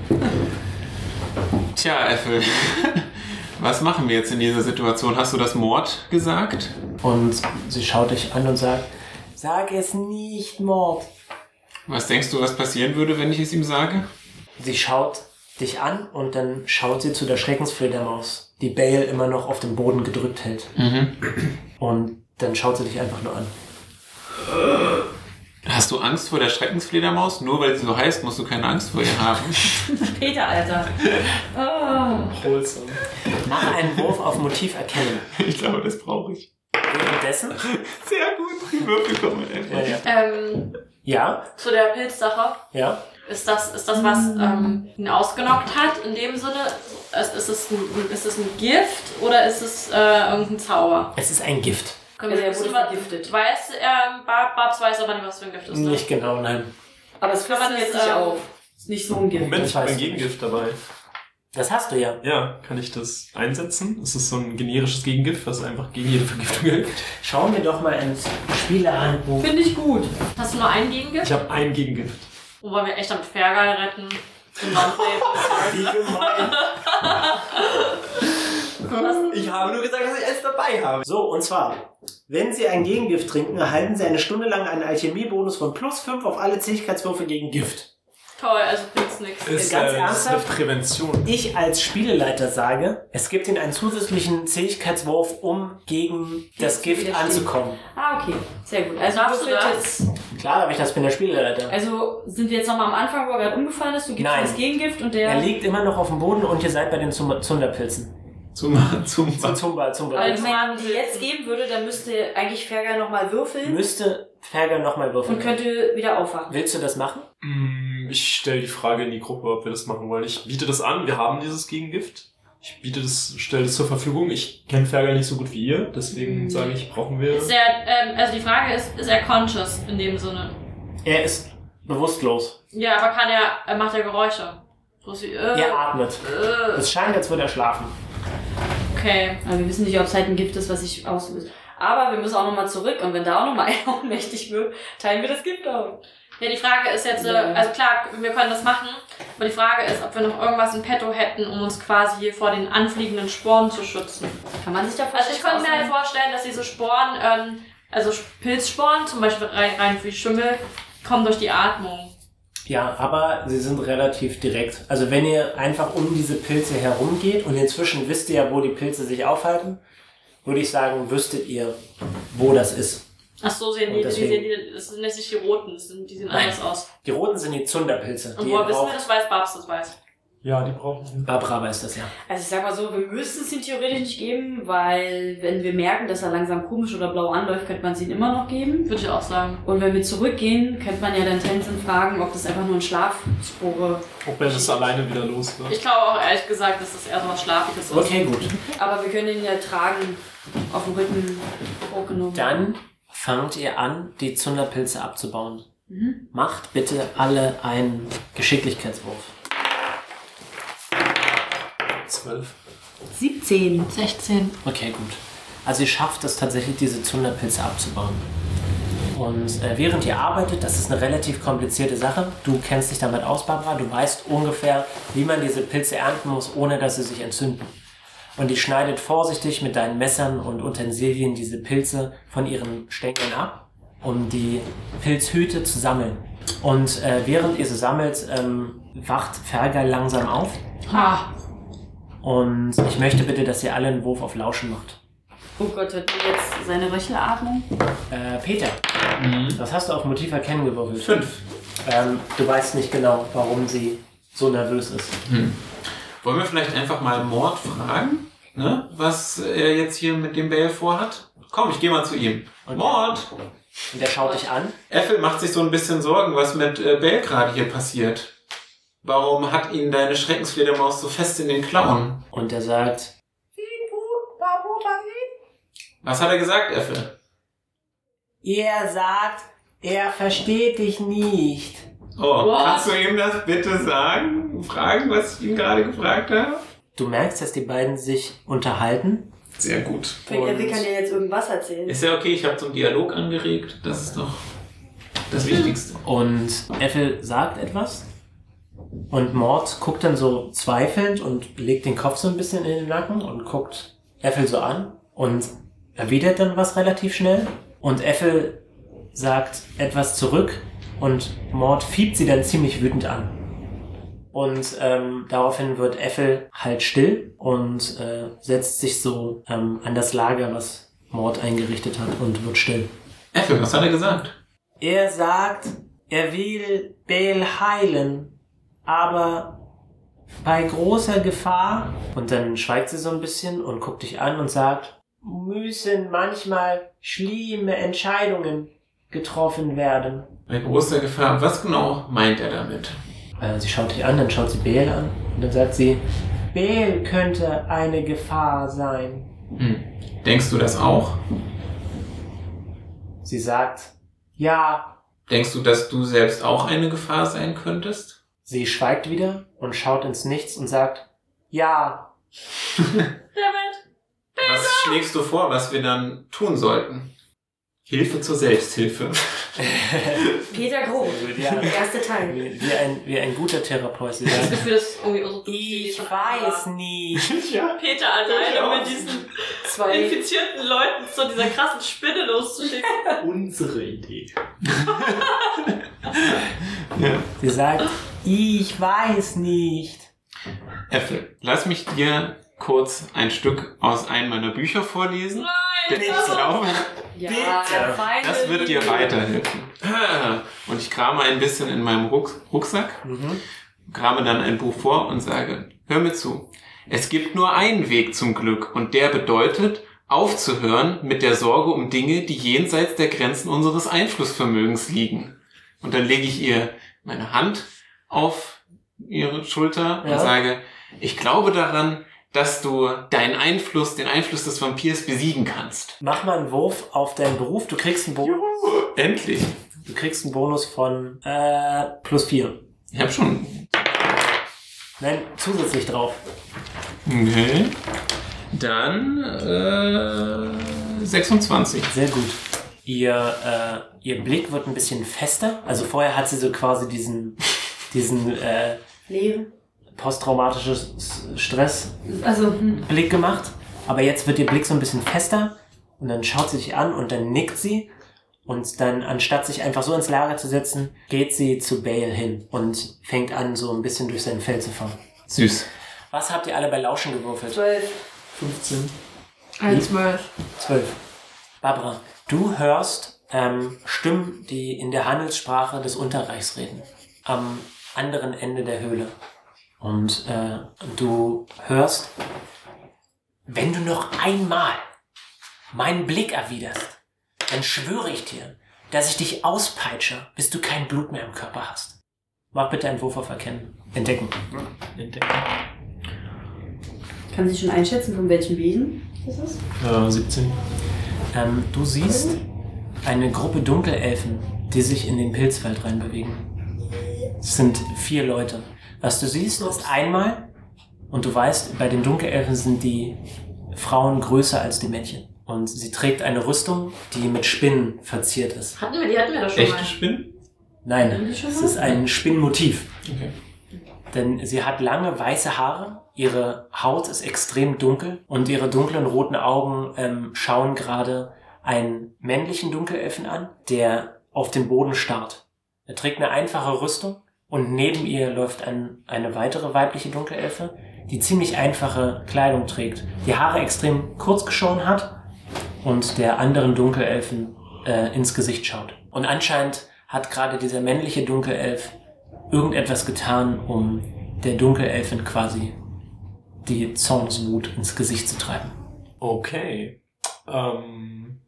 Tja, Äffel, was machen wir jetzt in dieser Situation? Hast du das Mord gesagt? Und sie schaut dich an und sagt, sag es nicht, Mord. Was denkst du, was passieren würde, wenn ich es ihm sage? Sie schaut dich an und dann schaut sie zu der Schreckensfledermaus, die Bale immer noch auf den Boden gedrückt hält. Mhm. Und dann schaut sie dich einfach nur an. Hast du Angst vor der Schreckensfledermaus? Nur weil sie so heißt, musst du keine Angst vor ihr haben. Peter, Alter. Oh. Wholesome. Mach einen Wurf auf Motiv erkennen. Ich glaube, das brauche ich. Währenddessen? Sehr gut, die Würfel kommen Ja, einfach. ja. Ähm, Ja, zu der Pilzsache. ja. Ist das, ist das was ähm, ihn ausgenockt hat? In dem Sinne, ist, ist, es, ein, ist es ein Gift oder ist es äh, irgendein Zauber? Es ist ein Gift. Können Also er das wurde über- vergiftet. Weiß, ähm, Bab, Babs weiß aber nicht, was für ein Gift ist. Ne? Nicht genau, nein. Aber es Aber flimmert das, jetzt nicht ähm, auf. äh, Ist nicht so ein Gift. Moment, ich habe weiß ein ich Gegengift dabei. Das hast du ja. Ja, kann ich das einsetzen? Ist das so ein generisches Gegengift, was einfach gegen jede Vergiftung hilft? Schauen wir doch mal ins Spielerhandbuch. Finde ich gut. Hast du nur einen Gegengift? Ich habe ein Gegengift. Oh, wollen wir echt damit Fergal retten? Und dann- Wie gemein. Ich habe nur gesagt, dass ich eins dabei habe. So, und zwar, wenn Sie ein Gegengift trinken, erhalten Sie eine Stunde lang einen Alchemiebonus von plus 5 auf alle Zähigkeitswürfe gegen Gift. Toll, also bringt's nichts. Ist, Ganz äh, ernsthaft? Ist eine Prävention. Ich als Spieleleiter sage, es gibt Ihnen einen zusätzlichen Zähigkeitswurf, um gegen das Gift Widerstehen. anzukommen. Ah, okay. Sehr gut. Also, Darfst du du würfelt das? jetzt, Klar, aber ich das bin der Spieleleiter. also sind wir jetzt nochmal am Anfang, wo er gerade umgefallen ist. Du gibst Nein. ihm das Gegengift und Er der. liegt immer noch auf dem Boden und ihr seid bei den Zum- Zunderpilzen. Zum, zum, Zum Zumba, Zumba. Also, wenn Mann. man die jetzt geben würde, dann müsste eigentlich Fergal nochmal würfeln Müsste Fergal nochmal würfeln. und könnte wieder aufwachen. Willst du das machen? Mm, Ich stelle die Frage in die Gruppe, ob wir das machen wollen. Ich biete das an, wir haben dieses Gegengift. Ich biete das, stelle das zur Verfügung. Ich kenne Fergal nicht so gut wie ihr, deswegen Mhm. sage ich, brauchen wir. Ist er, ähm, also die Frage ist, ist er conscious in dem Sinne? Er ist bewusstlos. Ja, aber kann er, er macht ja Geräusche. So ist wie, äh, Er atmet. äh, Es scheint, als würde er schlafen. okay. Aber wir wissen nicht, ob es halt ein Gift ist, was sich auslöst. Aber wir müssen auch nochmal zurück und wenn da auch nochmal einer ohnmächtig wird, teilen wir das Gift auf. Ja, die Frage ist jetzt, äh, Ja. also klar, wir können das machen, aber die Frage ist, ob wir noch irgendwas in petto hätten, um uns quasi hier vor den anfliegenden Sporen zu schützen. Kann man sich da Also ich könnte mir halt vorstellen, dass diese Sporen, ähm, also Pilzsporen, zum Beispiel rein, rein wie Schimmel, kommen durch die Atmung. Ja, aber sie sind relativ direkt. Also wenn ihr einfach um diese Pilze herumgeht und inzwischen wisst ihr ja, wo die Pilze sich aufhalten, würde ich sagen, wüsstet ihr, wo das ist. Ach so sehen Und die, die deswegen- sehen die, das sind jetzt nicht die roten, das sind, die sehen Nein. anders aus. Die roten sind die Zunderpilze. Und die woher ihr wissen wir, braucht. das weiß Babs, das weiß. Ja, die brauchen wir. Barbara weiß das ja. Also ich sag mal so, wir müssen es ihm theoretisch nicht geben, weil wenn wir merken, dass er langsam komisch oder blau anläuft, könnte man es ihm immer noch geben. Würde ich auch sagen. Und wenn wir zurückgehen, könnte man ja dann Tenzin fragen, ob das einfach nur ein Schlafspore. Ob er das alleine wieder los wird. Ich glaube auch ehrlich gesagt, dass das eher so was Schlafiges ist. Okay, gut. Aber wir können ihn ja tragen, auf dem Rücken hochgenommen. Dann fangt ihr an, die Zunderpilze abzubauen. Mhm. Macht bitte alle einen Geschicklichkeitswurf. Zwölf. 17. 16. Okay, gut. Also ihr schafft es tatsächlich, diese Zunderpilze abzubauen. Und äh, während ihr arbeitet, das ist eine relativ komplizierte Sache. Du kennst dich damit aus, Barbara. Du weißt ungefähr, wie man diese Pilze ernten muss, ohne dass sie sich entzünden. Und ihr schneidet vorsichtig mit deinen Messern und Utensilien diese Pilze von ihren Stängeln ab, um die Pilzhüte zu sammeln. Und äh, während ihr sie sammelt, ähm, wacht Fergal langsam auf. Ha. Und ich möchte bitte, dass ihr alle einen Wurf auf Lauschen macht. Oh Gott, hört ihr jetzt seine Röchelatmung? Äh, Peter, Mhm. was hast du auf Motiv erkennen gewürfelt? Fünf. Ähm, du weißt nicht genau, warum sie so nervös ist. Wollen wir vielleicht einfach mal Mord fragen, ne? was er jetzt hier mit dem Bale vorhat? Komm, ich gehe mal zu ihm. Und- Mord! Und er schaut dich an. Äffel macht sich so ein bisschen Sorgen, was mit äh, Bale gerade hier passiert. Warum hat ihn deine Schreckensfledermaus so fest in den Klauen? Und er sagt, Was hat er gesagt, Äffel? er sagt, er versteht dich nicht. Oh, What? kannst du ihm das bitte sagen? Fragen, was ich ihn gerade gefragt habe? Du merkst, dass die beiden sich unterhalten. Sehr gut. Er will kann dir jetzt irgendwas erzählen. Ist ja okay, ich habe zum Dialog angeregt. Das ist doch das Wichtigste. Und Ethel sagt etwas. Und Mord guckt dann so zweifelnd und legt den Kopf so ein bisschen in den Nacken und guckt Ethel so an und erwidert dann was relativ schnell. Und Ethel sagt etwas zurück und Mord fiebt sie dann ziemlich wütend an. Und ähm, daraufhin wird Ethel halt still und äh, setzt sich so ähm, an das Lager, was Mord eingerichtet hat und wird still. Äffel, was hat er gesagt? Er sagt, er will Bel heilen, aber bei großer Gefahr. Und dann schweigt sie so ein bisschen und guckt dich an und sagt, müssen manchmal schlimme Entscheidungen getroffen werden. Bei großer Gefahr. Was genau meint er damit? Äh, Sie schaut dich an, dann schaut sie Bel an und dann sagt sie, Bel könnte eine Gefahr sein. Hm. Denkst du das auch? Sie sagt, ja. Denkst du, dass du selbst auch eine Gefahr sein könntest? Sie schweigt wieder und schaut ins Nichts und sagt, ja. Damit. Was schlägst du vor, was wir dann tun sollten? Hilfe zur Selbsthilfe. Peter Groh. ja. Erster Teil. Wie, wie, ein, wie ein guter Therapeut. Sie Das sagt, Gefühl, dass irgendwie unsere ich weiß nicht. ja. Peter alleine mit diesen Zwei. infizierten Leuten zu dieser krassen Spinne loszuschicken. Unsere Idee. Sie sagt, ich weiß nicht. Äffel, lass mich dir kurz ein Stück aus einem meiner Bücher vorlesen. Nein! Denn ich glaube, Ja, Bitte. feine das wird dir Liebe. weiterhelfen. Ah, Und ich krame ein bisschen in meinem Rucks- Rucksack, Mhm. krame dann ein Buch vor und sage, hör mir zu. Es gibt nur einen Weg zum Glück und der bedeutet, aufzuhören mit der Sorge um Dinge, die jenseits der Grenzen unseres Einflussvermögens liegen. Und dann lege ich ihr meine Hand auf ihre Schulter Ja. und sage, ich glaube daran, dass du deinen Einfluss, den Einfluss des Vampirs besiegen kannst. Mach mal einen Wurf auf deinen Beruf. Du kriegst einen, Bo Juhu, endlich. du kriegst einen Bonus von äh, plus vier. Ich habe schon. Nein, zusätzlich drauf. Okay. Dann äh, 26. Sehr gut. Ihr, äh, ihr Blick wird ein bisschen fester. Also vorher hat sie so quasi diesen, diesen äh, Leben. posttraumatisches Stress Also, hm. Blick gemacht, aber jetzt wird ihr Blick so ein bisschen fester und dann schaut sie dich an und dann nickt sie und dann anstatt sich einfach so ins Lager zu setzen, geht sie zu Bale hin und fängt an so ein bisschen durch sein Fell zu fahren. Süß. Was habt ihr alle bei Lauschen gewürfelt? Zwölf. 15. Ein Zwölf. Zwölf. Barbara, du hörst ähm, Stimmen, die in der Handelssprache des Unterreichs reden, am anderen Ende der Höhle. Und äh, du hörst, wenn du noch einmal meinen Blick erwiderst, dann schwöre ich dir, dass ich dich auspeitsche, bis du kein Blut mehr im Körper hast. Mach bitte einen Wurf auf Erkennen. Entdecken. Entdecken. Kann sie schon einschätzen, von welchem Wesen das ist? Äh, 17. Ähm, du siehst eine Gruppe Dunkelelfen, die sich in den Pilzwald reinbewegen. Es sind vier Leute. Was du siehst, ist einmal, und du weißt, bei den Dunkelelfen sind die Frauen größer als die Männchen. Und sie trägt eine Rüstung, die mit Spinnen verziert ist. Hatten wir, die hatten wir doch schon Echte mal. Spinnen? Nein, es ist ein Spinnenmotiv. Okay. Denn sie hat lange weiße Haare, ihre Haut ist extrem dunkel und ihre dunklen roten Augen ähm, schauen gerade einen männlichen Dunkelelfen an, der auf den Boden starrt. Er trägt eine einfache Rüstung und neben ihr läuft ein, eine weitere weibliche Dunkelelfe, die ziemlich einfache Kleidung trägt, die Haare extrem kurz geschoren hat und der anderen Dunkelelfen äh, ins Gesicht schaut. Und anscheinend hat gerade dieser männliche Dunkelelf irgendetwas getan, um der Dunkelelfin quasi die Zornswut ins Gesicht zu treiben. Okay. Ähm,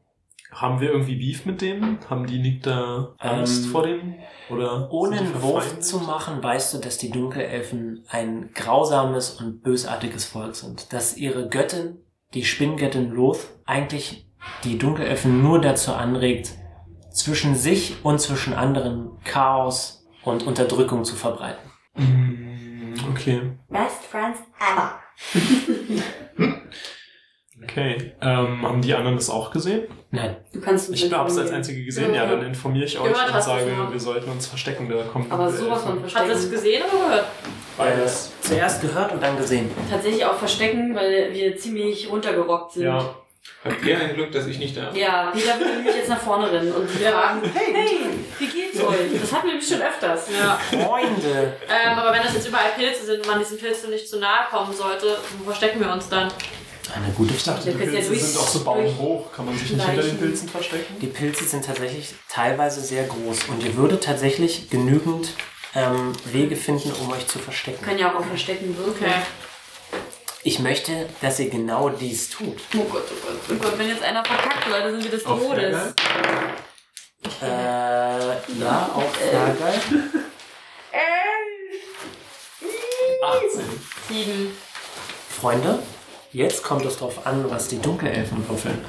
haben wir irgendwie Beef mit dem? Haben die Nick da Angst Ähm, vor dem? Oder Ohne sind die einen Wurf verfeindet? zu machen, weißt du, dass die Dunkelelfen ein grausames und bösartiges Volk sind. Dass ihre Göttin, die Spinngöttin Loth, eigentlich die Dunkelelfen nur dazu anregt, zwischen sich und zwischen anderen Chaos und Unterdrückung zu verbreiten. Mm, Okay. Best Friends ever. Okay. Ähm, haben die anderen das auch gesehen? Nein. Du kannst Ich habe es als einzige gesehen. Ja, dann informiere ich euch Gehört und hast du sage, schon mal. wir sollten uns verstecken. Da kommen Aber die sowas von Elfen. Hat sie es verstecken. gesehen oder gehört? Beides. Äh, zuerst gehört und dann gesehen. Tatsächlich auch verstecken, weil wir ziemlich runtergerockt sind. Ja. Habt ihr ein Glück, dass ich nicht da bin? Ja, Peter würde nämlich jetzt nach vorne rennen und Ja. fragen, hey, wie geht's euch? Das hatten wir nämlich schon öfters. Ja. Freunde! Ähm, aber wenn das jetzt überall Pilze sind und man diesen Pilzen nicht zu nahe kommen sollte, wo verstecken wir uns dann? eine gute Ich dachte, Der die Pilz, der Pilze durch- sind auch so baumhoch. Kann man sich nicht hinter den Leichen. Pilzen verstecken? Die Pilze sind tatsächlich teilweise sehr groß und ihr würdet tatsächlich genügend ähm, Wege finden, um euch zu verstecken. Können ja auch auf Verstecken wirken. Okay. Ich möchte, dass ihr genau dies tut. Oh Gott, oh Gott, oh Gott, wenn jetzt einer verkackt, Leute, sind wir des Auf Todes. Äh, ja, auch Flagge. Äh? 18. Sieben. Freunde, jetzt kommt es drauf an, was die Dunkelelfen würfeln.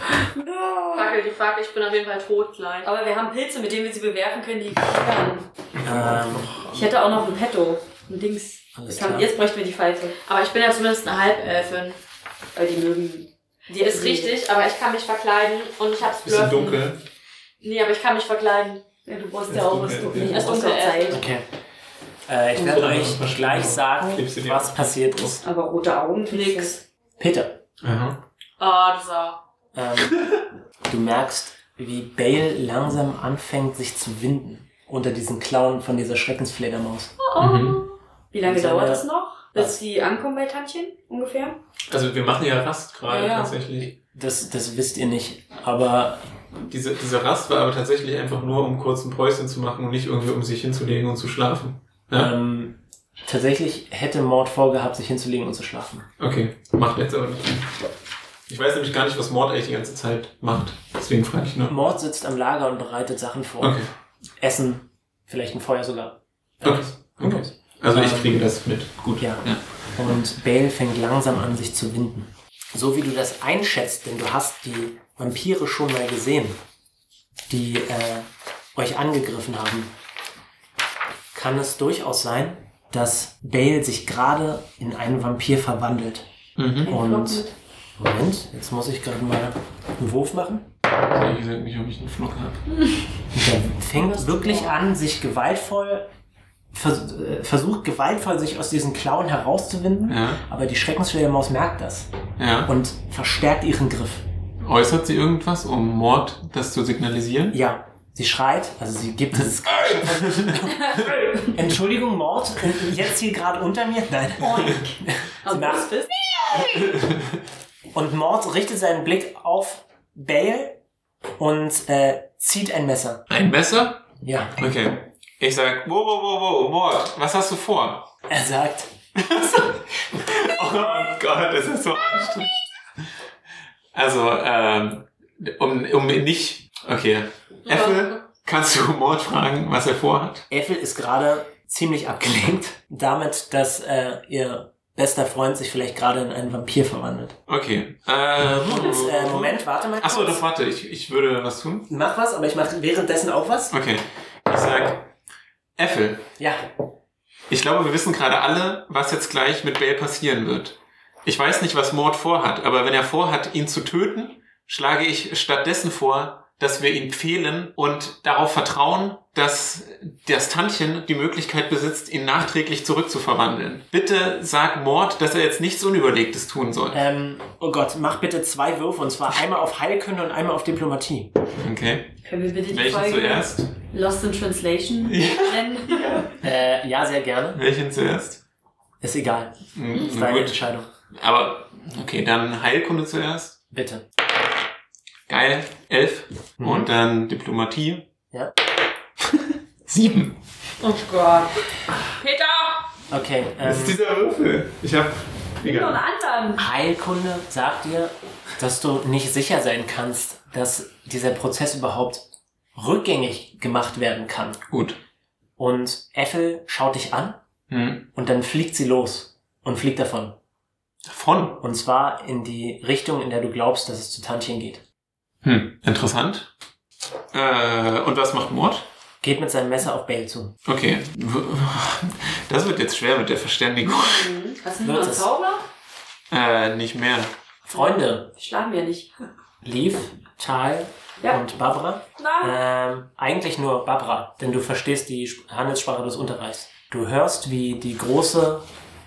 Fackel, die Fackel, ich bin auf jeden Fall tot gleich. Aber wir haben Pilze, mit denen wir sie bewerfen können, die kann. Ähm, Ich hätte auch noch ein Petto. Ein Dings. Alles Ich kann, klar. jetzt bräuchten wir die Pfeife. Aber ich bin ja zumindest eine Halbelfin. Aber die mögen. Die Ist richtig, aber ich kann mich verkleiden und ich hab's Bisschen blöffen. dunkel. Nee, aber ich kann mich verkleiden. Ja, du brauchst Ist ja auch was dunkel, du ja. hast Ist dunkel dunkel. Zeit. okay. Äh, ich werde euch gleich sagen, Klebst du dir was passiert ist. Aber rote Augen? Nix. Peter, Aha. Ah, das auch. ähm, du merkst, wie Bale langsam anfängt, sich zu winden unter diesen Klauen von dieser Schreckensfledermaus. Mhm. Wie lange Seine- dauert das noch? Was? Bis sie ankommen bei Tantchen ungefähr? Also wir machen ja Rast gerade Ja, ja. tatsächlich. Das, das wisst ihr nicht, aber Diese, diese Rast war aber tatsächlich einfach nur, um kurz ein Päuschen zu machen und nicht irgendwie um sich hinzulegen und zu schlafen. Ja? ähm, tatsächlich hätte Mord vorgehabt, sich hinzulegen und zu schlafen. Okay, macht jetzt aber nicht. Ich weiß nämlich gar nicht, was Mord eigentlich die ganze Zeit macht. Deswegen frage ich nur. Mord sitzt am Lager und bereitet Sachen vor. Okay. Essen, vielleicht ein Feuer sogar. Okay. okay. Also ich Ähm, kriege das mit. Gut. Ja. Und Bale fängt langsam an, sich zu winden. So wie du das einschätzt, denn du hast die Vampire schon mal gesehen, die äh, euch angegriffen haben, kann es durchaus sein, dass Bale sich gerade in einen Vampir verwandelt. Mhm. Und Moment, jetzt muss ich gerade mal einen Wurf machen. Ehrlich gesagt nicht, ob ich einen Flock habe. Der fängt wirklich an, sich gewaltvoll, vers äh, versucht gewaltvoll, sich aus diesen Klauen herauszuwinden. Ja, Aber die Schreckensfledermaus merkt das ja. und verstärkt ihren Griff. Äußert sie irgendwas, um Mord das zu signalisieren? Ja, sie schreit, also sie gibt dieses Entschuldigung, Mord, jetzt hier gerade unter mir? Nein. Aber macht- das Fist? Und Mord richtet seinen Blick auf Bale und äh, zieht ein Messer. Ein Messer? Ja, Okay. Ich sag, wo, wo, wo, wo, Mord, was hast du vor? er sagt, Oh mein Gott, das ist so anstrengend. Also, ähm, um, um nicht. Okay. Äffel, kannst du Mord fragen, was er vorhat? Äffel ist gerade ziemlich abgelenkt damit, dass äh, ihr bester Freund sich vielleicht gerade in einen Vampir verwandelt. Okay. Und, Ähm, äh, Moment, warte mal. Achso, kurz. doch, warte, ich, ich würde was tun. Mach was, aber ich mache währenddessen auch was. Okay. Ich sag, Äffel, Ja, Ich glaube, wir wissen gerade alle, was jetzt gleich mit Bale passieren wird. Ich weiß nicht, was Mord vorhat, aber wenn er vorhat, ihn zu töten, schlage ich stattdessen vor, dass wir ihn pfählen und darauf vertrauen, dass das Tantchen die Möglichkeit besitzt, ihn nachträglich zurückzuverwandeln. Bitte sag Mord, dass er jetzt nichts Unüberlegtes tun soll. Ähm, oh Gott, mach bitte zwei Würfe und zwar einmal auf Heilkunde und einmal auf Diplomatie. Okay. Können wir bitte die Welchen Folge zuerst? Lost in Translation nennen? Äh, ja, sehr gerne. Welchen zuerst? Ist egal. Hm, Ist deine Gut. Entscheidung. Aber, okay, dann Heilkunde zuerst. Bitte. Geil. Elf. Mhm. Und dann Diplomatie. Ja. Sieben. Oh Gott. Peter! Okay. Ähm, dieser Würfel. Ich hab. Nur einen anderen. Heilkunde sagt dir, dass du nicht sicher sein kannst, dass dieser Prozess überhaupt rückgängig gemacht werden kann. Gut. Und Ethel schaut dich an Hm. und dann fliegt sie los und fliegt davon. Davon. Und zwar in die Richtung, in der du glaubst, dass es zu Tantchen geht. Hm. Interessant. Äh, und was macht Mord? Geht mit seinem Messer auf Bale zu. Okay. W- Das wird jetzt schwer mit der Verständigung. Mhm. Hast du nur Wird einen es. Zauber? Äh, nicht mehr. Freunde, Die schlafen ja nicht. Leaf, Tal Ja. und Barbara. Nein. Ähm, eigentlich nur Barbara, denn du verstehst die Sp- Handelssprache des Unterreichs. Du hörst, wie die große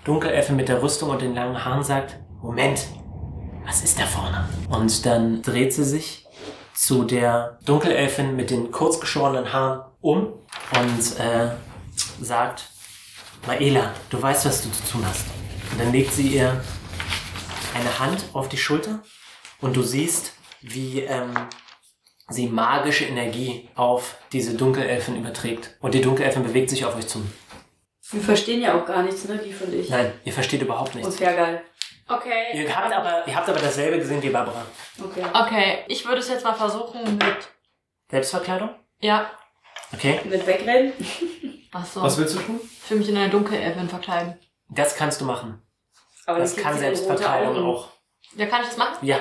Dunkelelfe mit der Rüstung und den langen Haaren sagt, Moment, was ist da vorne? Und dann dreht sie sich zu der Dunkelelfin mit den kurzgeschorenen Haaren um und äh, sagt, Maela, du weißt, was du zu tun hast. Und dann legt sie ihr eine Hand auf die Schulter und du siehst, wie ähm, sie magische Energie auf diese Dunkelelfen überträgt. Und die Dunkelelfen bewegt sich auf euch zu. Wir verstehen ja auch gar nichts, ne, die und ich. Nein, ihr versteht überhaupt Und nichts. fair geil. Okay. Ihr habt aber, ihr habt aber dasselbe gesehen wie Barbara. Okay. Okay, ich würde es jetzt mal versuchen mit. Selbstverkleidung? Ja, Okay. Mit wegreden? Oh. achso. Was willst du tun? Ich will mich in eine dunkle Elfen verkleiden. Das kannst du machen. Aber Das wie kriegt kann sie denn rote Selbstverkleidung Augen? auch. Ja, kann ich das machen? Ja,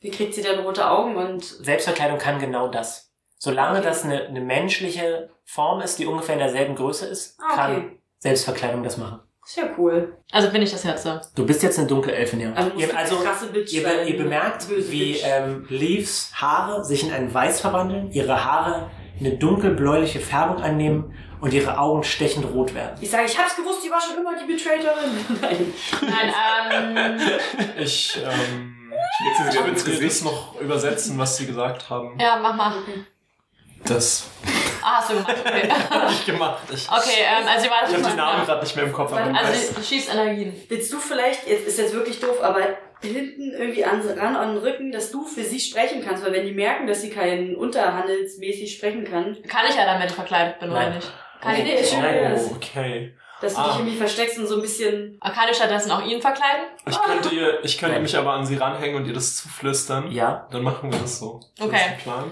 Wie kriegt sie denn rote Augen und Selbstverkleidung kann genau das. Solange Okay. das eine, eine menschliche Form ist, die ungefähr in derselben Größe ist, Ah, okay. kann Selbstverkleidung das machen. ist ja cool. Also bin ich das jetzt so. Du bist jetzt eine Dunkelelfin, ja. Also, muss ihr, eine also krasse Bitch ihr, be sein. ihr bemerkt, Böse wie Bitch. ähm, Leaves Haare sich in ein Weiß verwandeln, ihre Haare eine dunkelbläuliche Färbung annehmen und ihre Augen stechend rot werden. Ich sage, ich hab's gewusst, die war schon immer die Betraiterin. Nein. Nein, ähm. Ich, ähm, Schlägst du ich sie würde ins das Gesicht? noch übersetzen, was sie gesagt haben. Ja, mach mal. Das Ah, hast du gemacht. Okay, habe ich gemacht. Ich, okay ähm, also sie war ich habe den Namen das gerade nicht mehr im Kopf. Aber Also- Also sie schießt Energien. Willst du vielleicht, jetzt ist jetzt wirklich doof, aber hinten irgendwie an, ran an den Rücken, dass du für sie sprechen kannst, weil wenn die merken, dass sie keinen unterhandelsmäßig sprechen kann, Kann ich ja damit verkleidet bin, oder Nein. nicht? Kann ich Nee, ist nicht. schön. oh, okay. dass du Ah. dich irgendwie versteckst und so ein bisschen. Kann ich stattdessen auch ihn verkleiden? Ich könnte, ihr, ich könnte Nein. mich aber an sie ranhängen und ihr das zuflüstern. Ja, Dann machen wir das so. Ist das Okay. ein Plan?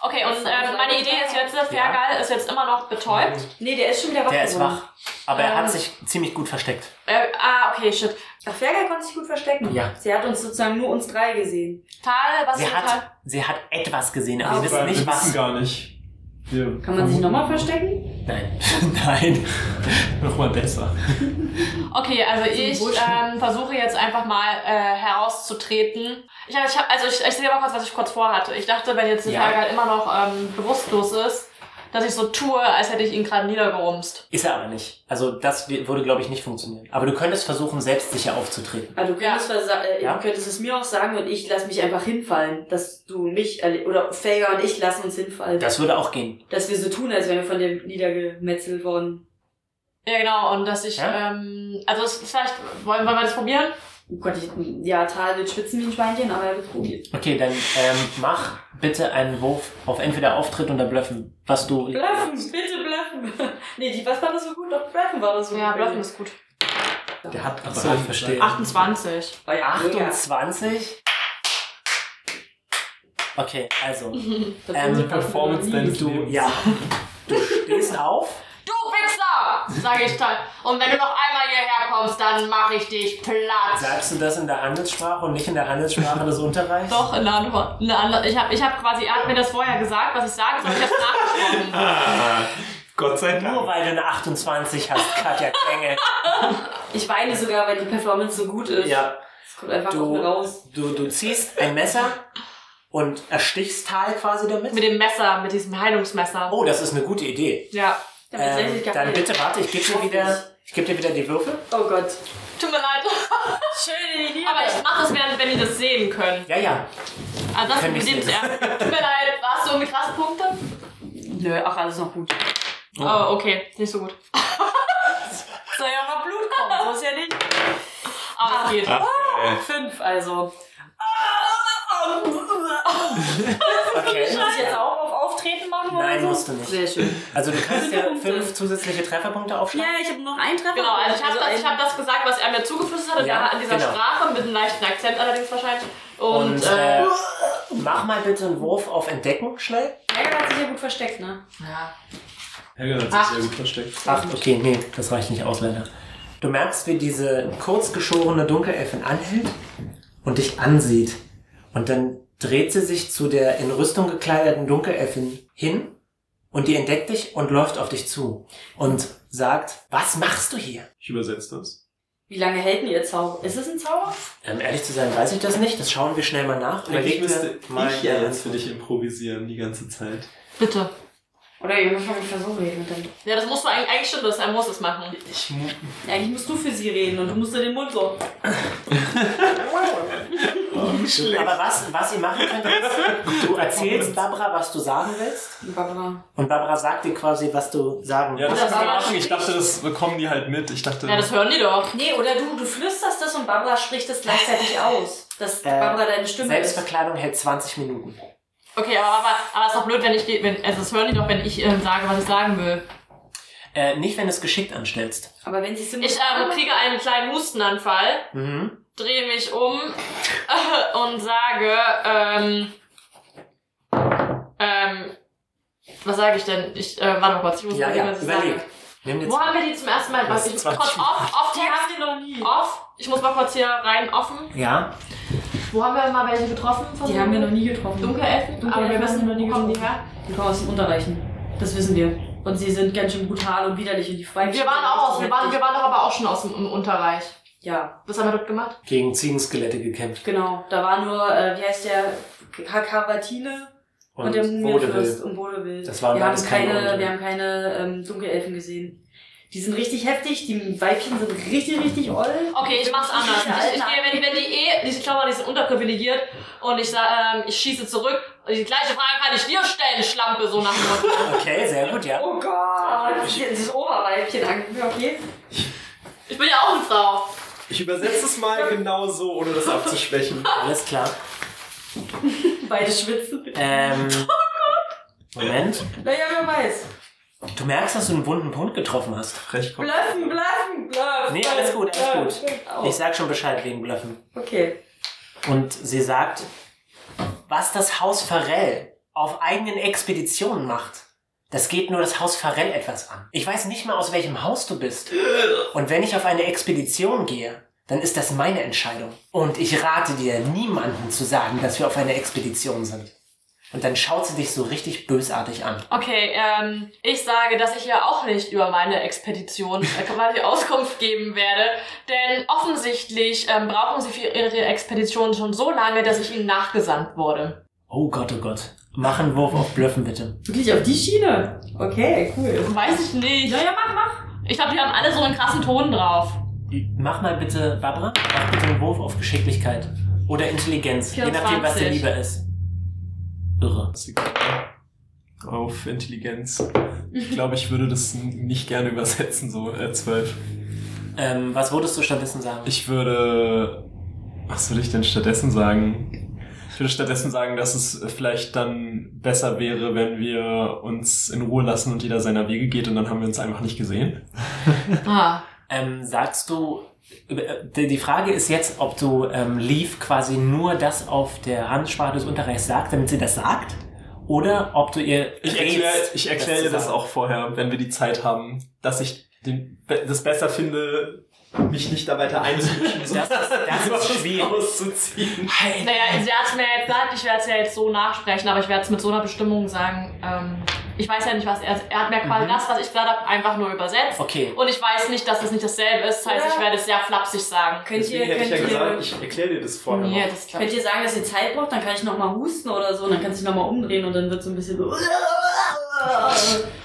Okay, und ähm, meine Idee ist jetzt, Fergal ist jetzt immer noch betäubt. Nee, der ist schon wieder wach. der ist geworden. wach, aber er hat Ähm. sich ziemlich gut versteckt. Äh, ah, okay, shit. Ach, Fergal konnte sich gut verstecken. Ja. Sie hat uns sozusagen nur uns drei gesehen. Tal, was Sie für ein Tal? hat, sie hat etwas gesehen, aber Aber wir Weil wissen nicht wir wissen was. gar nicht. Wir Kann man sich nochmal verstecken? Nein, nein. Nochmal besser. Okay, also ich Busch. ähm, versuche jetzt einfach mal äh, herauszutreten. Ich, ich hab, also ich, ich sehe mal kurz, was ich kurz vorhatte. Ich dachte, wenn jetzt die Ja. Frage halt immer noch ähm, bewusstlos ist, dass ich so tue, als hätte ich ihn gerade niedergerumst. Ist er aber nicht. Also das wi- würde, glaube ich, nicht funktionieren. Aber du könntest versuchen, selbstsicher aufzutreten. Ah, du könntest, versa- äh, Ja. du könntest es mir auch sagen und ich lass mich einfach hinfallen, dass du mich erle- oder Fager und ich lassen uns hinfallen. Das würde auch gehen. dass wir so tun, als wären wir von dir niedergemetzelt worden. Ja, genau. Und dass ich, Ja. ähm, also es, vielleicht wollen, wollen wir das probieren? Oh Gott, ich, ja, Tal wird schwitzen wie ein Schweinchen, aber er wird probiert. Okay, dann ähm, mach bitte einen Wurf auf entweder Auftritt oder Blöffen, was du... Bluffen, bitte bluffen. nee, die, was war das so gut? Doch, bluffen war das so Ja, gut. Bluffen ist gut. Der hat aber Achso, ich verstehe. 28. Oh ja, mega. 28? Okay, also, Das Ähm, sind die Performance deines du. du, Lebens. ja, du stehst auf. Du Wichser! Sage ich Tal. Und wenn du noch einmal hierher kommst, dann mache ich dich platt. Sagst du das in der Handelssprache und nicht in der Handelssprache des Unterreichs? Doch, eine andere. Eine andere. Ich habe ich hab quasi, er hat mir das vorher gesagt, was ich sage, das habe ich jetzt nachgesprochen. Ah, Gott sei Nur Dank. weil du eine 28 hast, Katja Klänge. Ich weine sogar, weil die Performance so gut ist. ja, Es kommt einfach Du- auch raus. du, du ziehst ein Messer und erstichst Tal quasi damit. Mit dem Messer, mit diesem Heilungsmesser. Oh, das ist eine gute Idee. Ja. Ich hab jetzt Ähm, richtig dann gehabt. bitte warte, ich gebe dir wieder, ich geb dir wieder die Würfel. Oh Gott. Tut mir leid. Schöne Idee. Aber ich mache das, während- wenn die das sehen können. Ja, ja. Also das Können mit nicht dem sehen. zuerst. Tut mir leid. Warst du irgendwie krasse Punkte? Nö, ach, alles noch gut. Oh, okay. Nicht so gut. Soll ja noch Blut kommen, so ist ja nicht. Aber es geht. Ah. Ach, äh, Fünf, also. Okay. Muss ich jetzt auch auf Auftreten machen oder Nein, so? musst du nicht. Sehr schön. Also du kannst dir Punkte. fünf zusätzliche Trefferpunkte aufschlagen. Ja, ich habe noch einen Treffer. Genau, also ich habe das, einen- ich hab das gesagt, was er mir zugeflüstert hat, Ja, ja, in dieser genau. Sprache, mit einem leichten Akzent allerdings wahrscheinlich. Und, Und äh, äh, mach mal bitte einen Wurf auf Entdecken schnell. Helga hat sich ja gut versteckt, ne? ja. Helga hat Acht. sich sehr gut versteckt. Ach, okay, nee, das reicht nicht aus, leider. Du merkst, wie diese kurzgeschorene Dunkelelfin anhält und dich ansieht. Und dann dreht sie sich zu der in Rüstung gekleideten Dunkelelfin hin und die entdeckt dich und läuft auf dich zu und sagt, was machst du hier? Ich übersetze das. Wie lange hält denn ihr Zauber? Ist es ein Zauber? Ähm, ehrlich zu sein, weiß ich das nicht. Das schauen wir schnell mal nach. Überleg Eigentlich dir müsste mal- ich ja jetzt für dich improvisieren die ganze Zeit. Bitte. Oder ihr müsst mal mit Versuch reden mit dem. Ja, das muss man eigentlich, eigentlich stimmt, das er muss es machen. Ich, mu- Eigentlich musst du für sie reden und du musst in den Mund so. Aber was, was ihr machen könnt, ist, du erzählst Barbara, was du sagen willst. Barbara. Und Barbara sagt dir quasi, was du sagen ja, das Das kann man war machen. Ich dachte, das bekommen die halt mit. Ich dachte, Ja, das hören die doch. Nee, oder du, du flüsterst das und Barbara spricht das gleichzeitig aus. Dass Äh, Barbara deine Stimme ist. Selbstverkleidung hält 20 Minuten. Okay, aber, aber, aber ist doch blöd, wenn ich die, wenn, also das hören die doch, wenn ich ähm, sage, was ich sagen will. Äh, nicht, wenn du es geschickt anstellst. Aber wenn sie Ich ähm, kriege einen kleinen Hustenanfall, Mhm. drehe mich um äh, und sage, ähm, ähm, was sage ich denn? Ich, äh, warte mal kurz, ich muss Ja, überlegen, ja, was ich überleg. sage. Nimm jetzt Wo haben wir die zum ersten Mal? Das Was, ich, ist kurz, off, 20. off, die haben die noch nie. wir off. Ich muss mal kurz hier rein, offen. ja, Wo haben wir mal welche getroffen? Von Die haben wir noch nie getroffen. Dunkelelfen, Dunkelelfen aber wir haben wissen, wir noch nie wo kommen die getroffen. her? Die kommen aus dem Unterreichen. Das wissen wir. Und sie sind ganz schön brutal und widerlich und die Feinde. Wir waren auch aus, wir waren, wir waren doch aber auch schon aus dem im Unterreich. Ja, Was haben wir dort gemacht? gegen Ziegenskelette gekämpft. genau. Da war nur, äh, wie heißt der? Kavatine und, der Mumienfürst und Bodewild. Das waren wir haben beides keine keine, Bodewill. Wir haben keine ähm, Dunkelelfen gesehen. Die sind richtig heftig, die Weibchen sind richtig, richtig oll. Okay, ich mach's anders. Ich, ich gehe, wenn, wenn die eh, ich glaube, die sind unterprivilegiert und ich sag, ähm, ich schieße zurück. Und die gleiche Frage kann ich dir stellen, Schlampe, so nach dem Motto. Okay, sehr gut, ja. Oh Gott, das ist das Oberweibchen angeguckt. Okay. Ich bin ja auch eine Frau. ich übersetze es mal genau so, ohne das abzuschwächen. Alles klar. Beide schwitzen. Ähm, Oh Moment. Naja, wer weiß. Du merkst, dass du einen wunden Punkt getroffen hast. Frech kommt. Bluffen, bluffen, bluffen. Nee, alles gut, alles Bluff. Au. Ich sag schon Bescheid wegen Bluffen. Okay. Und sie sagt, was das Haus Farrell auf eigenen Expeditionen macht, das geht nur das Haus Farrell etwas an. Ich weiß nicht mal, aus welchem Haus du bist. Und wenn ich auf eine Expedition gehe, dann ist das meine Entscheidung. Und ich rate dir, niemandem zu sagen, dass wir auf einer Expedition sind. Und dann schaut sie dich so richtig bösartig an. Okay, ähm, ich sage, dass ich ja auch nicht über meine Expedition äh, quasi Auskunft geben werde, denn offensichtlich ähm, brauchen sie für ihre Expedition schon so lange, dass ich ihnen nachgesandt wurde. Oh Gott, oh Gott. Mach einen Wurf auf Blöffen, bitte. Wirklich auf die Schiene? Okay, cool. Weiß ich nicht. Ja, ja, mach, mach. Ich glaube, die haben alle so einen krassen Ton drauf. Mach mal bitte, Barbara, mach bitte einen Wurf auf Geschicklichkeit. Oder Intelligenz, je nachdem, was dir 24. lieber ist. Irre. Auf Intelligenz. Ich glaube, ich würde das n- nicht gerne übersetzen, so äh, 12. Ähm, was würdest du stattdessen sagen? Ich würde. Was würde ich denn stattdessen sagen? Ich würde stattdessen sagen, dass es vielleicht dann besser wäre, wenn wir uns in Ruhe lassen und jeder seiner Wege geht und dann haben wir uns einfach nicht gesehen. Ah. ähm, sagst du, äh, die die Frage ist jetzt, ob du ähm, Leaf quasi nur das auf der Handsprache des Unterrichts sagt, damit sie das sagt, oder ob du ihr Ich erkläre rätst, ich erklär zu dir das sagen. auch vorher, wenn wir die Zeit haben, dass ich den, be- das besser finde, mich nicht da weiter einzumischen, Das ist, das ist schwierig. auszuziehen. Hey, Naja, sie hat es mir jetzt gesagt, ich werde es ja jetzt so nachsprechen, aber ich werde es mit so einer Bestimmung sagen. Ähm, ich weiß ja nicht, was er. Er hat mir quasi Mhm. das, was ich gesagt habe, einfach nur übersetzt. Okay, Und ich weiß nicht, dass es nicht dasselbe ist, das heißt, ich Ja. werde es sehr flapsig sagen. Könnt ihr, könnt, ihr, ich erkläre dir das Nee, das ist klar. könnt ihr sagen, dass ihr Zeit braucht, dann kann ich nochmal husten oder so, und dann kann ich nochmal umdrehen und dann wird so ein bisschen so.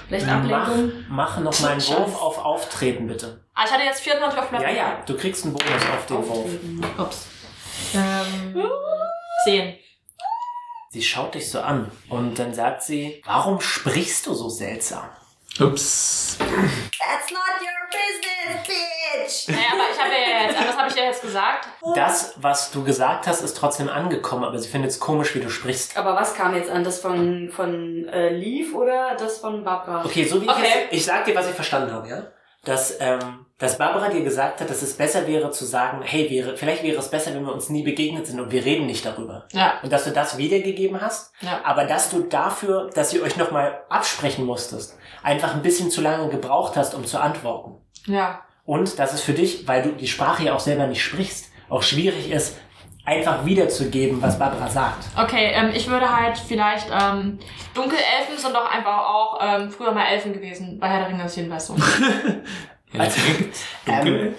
Vielleicht mach, Ablenkung. mach nochmal einen Schatz. Wurf auf Auftreten, bitte. Ah, ich hatte jetzt 24 auf Knopf. Ja, ja, du kriegst einen Bonus auf den Wurf. Auftreten. Ups. Ähm, 10. Sie schaut dich so an und dann sagt sie, warum sprichst du so seltsam? Ups. That's not your business, bitch! Naja, aber ich habe ja jetzt. Was habe ich dir jetzt gesagt? Das, was du gesagt hast, ist trotzdem angekommen, aber sie findet es komisch, wie du sprichst. Aber was kam jetzt an? Das von, von äh, Leaf oder das von Barbara? Okay, so wie Okay. ich jetzt, ich sag dir, was ich verstanden habe, ja? Dass, ähm, dass Barbara dir gesagt hat, dass es besser wäre zu sagen, hey, wäre, vielleicht wäre es besser, wenn wir uns nie begegnet sind und wir reden nicht darüber. Ja. Und dass du das wiedergegeben hast, Ja. aber dass du dafür, dass ihr euch nochmal absprechen musstest, einfach ein bisschen zu lange gebraucht hast, um zu antworten. Ja. Und dass es für dich, weil du die Sprache ja auch selber nicht sprichst, auch schwierig ist, einfach wiederzugeben, was Barbara sagt. Okay, ähm, ich würde halt vielleicht. Ähm, Dunkelelfen sind doch einfach auch ähm, früher mal Elfen gewesen. Bei Herr der Ringe ist jedenfalls so. Also, ähm,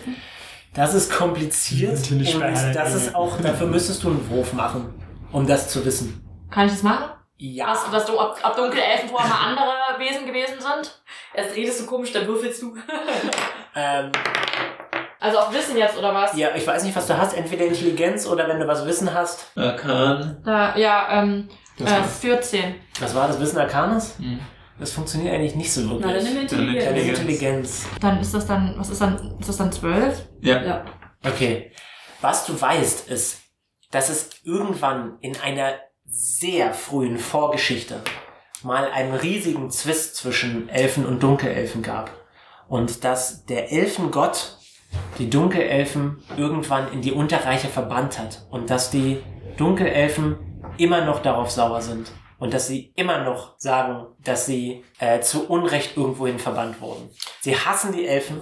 das ist kompliziert Bitte nicht und bei Herrn das Ringe. ist auch, dafür müsstest du einen Wurf machen, um das zu wissen. Kann ich das machen? Ja. Hast du, dass du ab, ab Dunkelelfen vorher mal andere Wesen gewesen sind? Erst redest du komisch, dann würfelst du. Ähm, Also auf Wissen jetzt, oder was? ja, ich weiß nicht, was du hast. Entweder Intelligenz oder wenn du was Wissen hast. Arkan. Da, ja, ähm, Das äh, 14. Was war das Wissen Arcanes? Mhm. Das funktioniert eigentlich nicht so wirklich. Na, dann nimm Dann Intelligenz. Intelligenz. Intelligenz. Dann ist das dann, was ist dann, ist das dann 12? Ja. Ja. Okay. Was du weißt, ist, dass es irgendwann in einer sehr frühen Vorgeschichte mal einen riesigen Zwist zwischen Elfen und Dunkelelfen gab. Und dass der Elfengott die Dunkelelfen irgendwann in die Unterreiche verbannt hat. Und dass die Dunkelelfen immer noch darauf sauer sind. Und dass sie immer noch sagen, dass sie äh, zu Unrecht irgendwohin verbannt wurden. Sie hassen die Elfen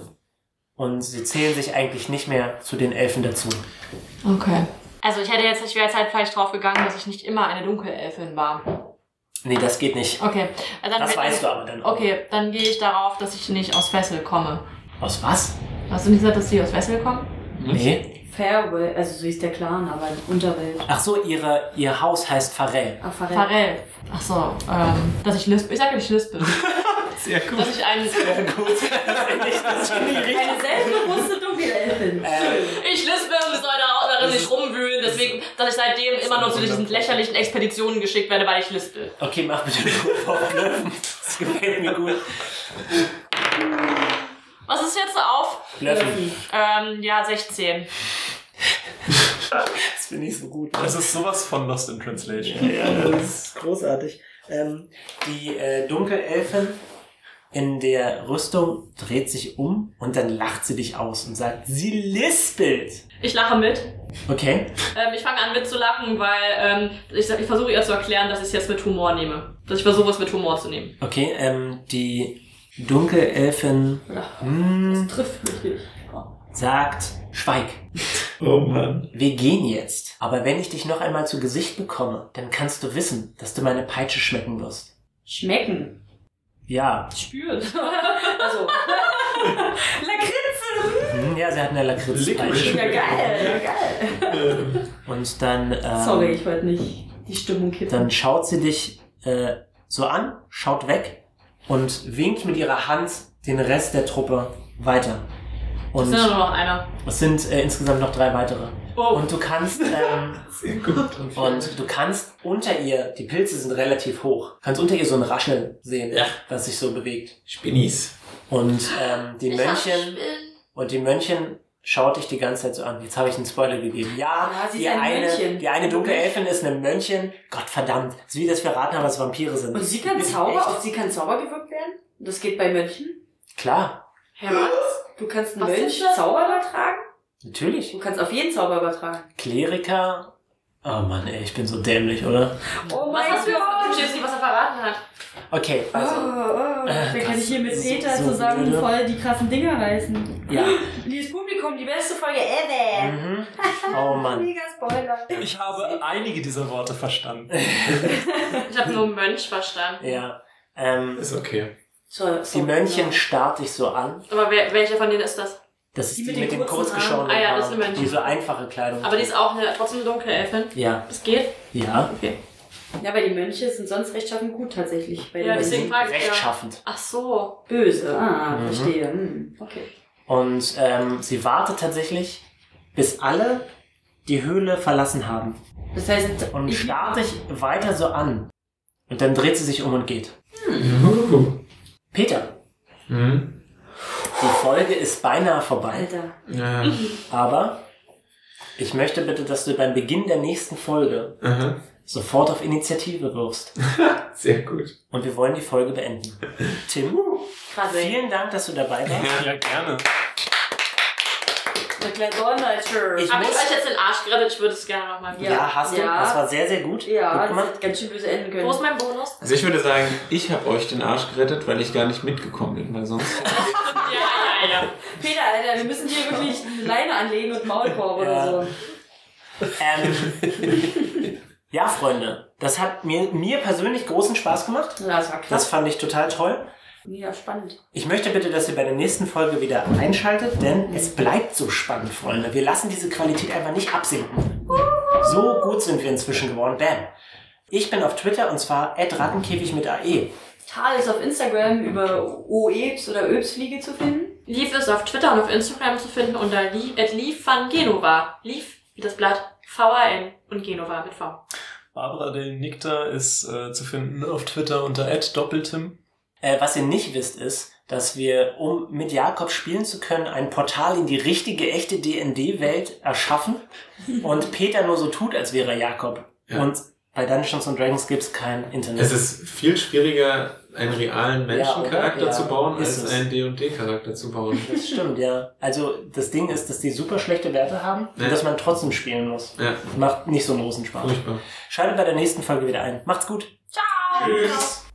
und sie zählen sich eigentlich nicht mehr zu den Elfen dazu. Okay. Also ich hätte jetzt, ich wäre jetzt halt vielleicht drauf gegangen, dass ich nicht immer eine Dunkelelfin war. Nee, das geht nicht. Okay. Also dann Das weißt du aber dann auch. Okay, dann gehe ich darauf, dass ich nicht aus Fessel komme. Aus was? Hast du nicht gesagt, dass sie aus Fessel kommen? Hm. Nee. Farewell, also so hieß der Clan, aber in Unterwelt. Ach so, ihre, ihr Haus heißt Farell. Ah, Farell. Farel. Ach so, ähm, dass ich Lisp, ich sage, ich Lisp bin. Sehr gut. dass ich einen, Eine selbstbewusste Dunkelelfin. Äh, ich Lisp bin und es soll da- darin nicht rumwühlen, deswegen, dass ich seitdem immer nur zu diesen lächerlichen Expeditionen geschickt werde, weil ich lispel. Okay, mach bitte den Ruf auf Blöffen. Das gefällt mir gut. Was ist jetzt auf? Blöffen. Ähm, ja, 16. Das finde ich so gut. Das ist sowas von Lost in Translation. Ja, das ist großartig. Ähm, die äh, Dunkelelfin in der Rüstung dreht sich um und dann lacht sie dich aus und sagt, sie lispelt. Ich lache mit. Okay. Ähm, ich fange an mitzulachen, weil ähm, ich, sag- ich versuche ihr zu erklären, dass ich es jetzt mit Humor nehme. Dass ich versuche, es mit Humor zu nehmen. Okay, ähm, die Dunkelelfin mm, Trifft mich nicht. sagt, schweig, Oh Mann. wir gehen jetzt. Aber wenn ich dich noch einmal zu Gesicht bekomme, dann kannst du wissen, dass du meine Peitsche schmecken wirst. Schmecken. Ja, Spüren. Also. Lakritze. hm, ja, sie hat eine Lakritzpeitsche. Ja, geil. geil. Und dann, ähm, Sorry, ich wollte nicht die Stimmung kippen. dann schaut sie dich äh, so an, schaut weg und winkt mit ihrer Hand den Rest der Truppe weiter. Es Und ist nur noch einer. es sind äh, insgesamt noch drei weitere. Oh. Und du kannst... Ähm, Sehr gut. Und du kannst unter ihr, die Pilze sind relativ hoch, kannst unter ihr so ein Rascheln sehen, Ja. das sich so bewegt. Spinnis. Und ähm, die Mönchen und die Mönchen schaut dich die ganze Zeit so an. Jetzt habe ich einen Spoiler gegeben. Ja, Ja, sie ist die, ein eine, Mönchen. die eine dunkle Elfin ist eine Mönchen. Gott verdammt, ist wie das verraten haben, dass Vampire sind. Und sie kann Ist Zauber, echt- auf sie kann Zauber gewirkt werden? Das geht bei Mönchen. Klar, Herr Mann? Du kannst einen Was Mönch ist das? Zauber übertragen? natürlich. Du kannst auf jeden Zauber übertragen. Kleriker. Oh Mann, ey, ich bin so dämlich, oder? Oh Was hast du überhaupt? Ich weiß nicht, was er verraten hat. Okay, Oh, also. Äh, oh, da kann krass. ich hier mit So- Peter so zusammen blöde. voll die krassen Dinger reißen. Oh. Ja. Liebes Publikum, die beste Folge ever. Mhm. Oh Mann. Mega Spoiler. Ich habe einige dieser Worte verstanden. Ich habe nur Mönch verstanden. Ja. Ähm, Ist okay. So, die Mönchen starrt dich so an. Aber wer, welcher von denen ist das? Das ist Die die, mit mit den dem kurzen Armen. kurzgeschorenen Ah ja, das Haaren. sind Menschen. Diese einfache Kleidung. Aber die ist auch eine, trotzdem eine dunkle Elfin. Ja, Es geht? ja. Okay. Ja, aber die Mönche sind sonst rechtschaffen gut tatsächlich. Weil Ja, Wir die deswegen sind frag ich ja. rechtschaffend. Ach so. böse. Ah, Mhm. verstehe. Hm. Okay. Und ähm, sie wartet tatsächlich, bis alle die Höhle verlassen haben. Das heißt, Und ich, starrt dich weiter so an. Und dann dreht sie sich um und geht. Mhm. Peter, Mhm. die Folge ist beinahe vorbei. Alter. Ja. Aber ich möchte bitte, dass du beim Beginn der nächsten Folge Aha. sofort auf Initiative wirfst. Sehr gut. Und wir wollen die Folge beenden. Tim, Krass, ey. vielen Dank, dass du dabei warst. Ja, gerne. Eine kleine Dornleiter. Ich Habe ich muss- euch jetzt den Arsch gerettet? Ich würde es gerne nochmal wieder. Ja. Ja, hast du. Ja. Das war sehr, sehr gut. Ja, gut das gemacht. hätte ganz schön böse enden können. Wo ist mein Bonus? Also ich würde sagen, ich habe euch den Arsch gerettet, weil ich gar nicht mitgekommen bin, weil sonst... Ja, ja, ja. Peter, Alter, wir müssen hier wirklich eine Leine anlegen und Maulkorb Ja. oder so. Ähm, ja, Freunde, das hat mir, mir persönlich großen Spaß gemacht. Ja, das war krass. Das fand ich total toll. Mega spannend. Ich möchte bitte, dass ihr bei der nächsten Folge wieder einschaltet, denn es bleibt so spannend, Freunde. Wir lassen diese Qualität einfach nicht absinken. So gut sind wir inzwischen geworden. Bam. Ich bin auf Twitter und zwar rattenkäfig mit E. AE. Tal ist auf Instagram über OEBS oder ÖBS-Fliege zu finden. Leaf ist auf Twitter und auf Instagram zu finden unter Lee- at Leaf van Genova. Leaf, wie das Blatt, V-A-N und Genova mit V. Barbara Del Nicta ist äh, zu finden auf Twitter unter @doppeltim. Äh, was ihr nicht wisst, ist, dass wir, um mit Jakob spielen zu können, ein Portal in die richtige, echte DND-Welt erschaffen und Peter nur so tut, als wäre er Jakob. Ja. Und bei Dungeons and Dragons gibt es kein Internet. Es ist viel schwieriger, einen realen Menschencharakter Ja, oder? zu bauen, Ja, ist als es. einen D&D-Charakter zu bauen. das stimmt, ja. Also das Ding ist, dass die super schlechte Werte haben Ja. und dass man trotzdem spielen muss. Ja, Macht nicht so einen großen Spaß. furchtbar. Schaltet bei der nächsten Folge wieder ein. Macht's gut. Ciao! Tschüss.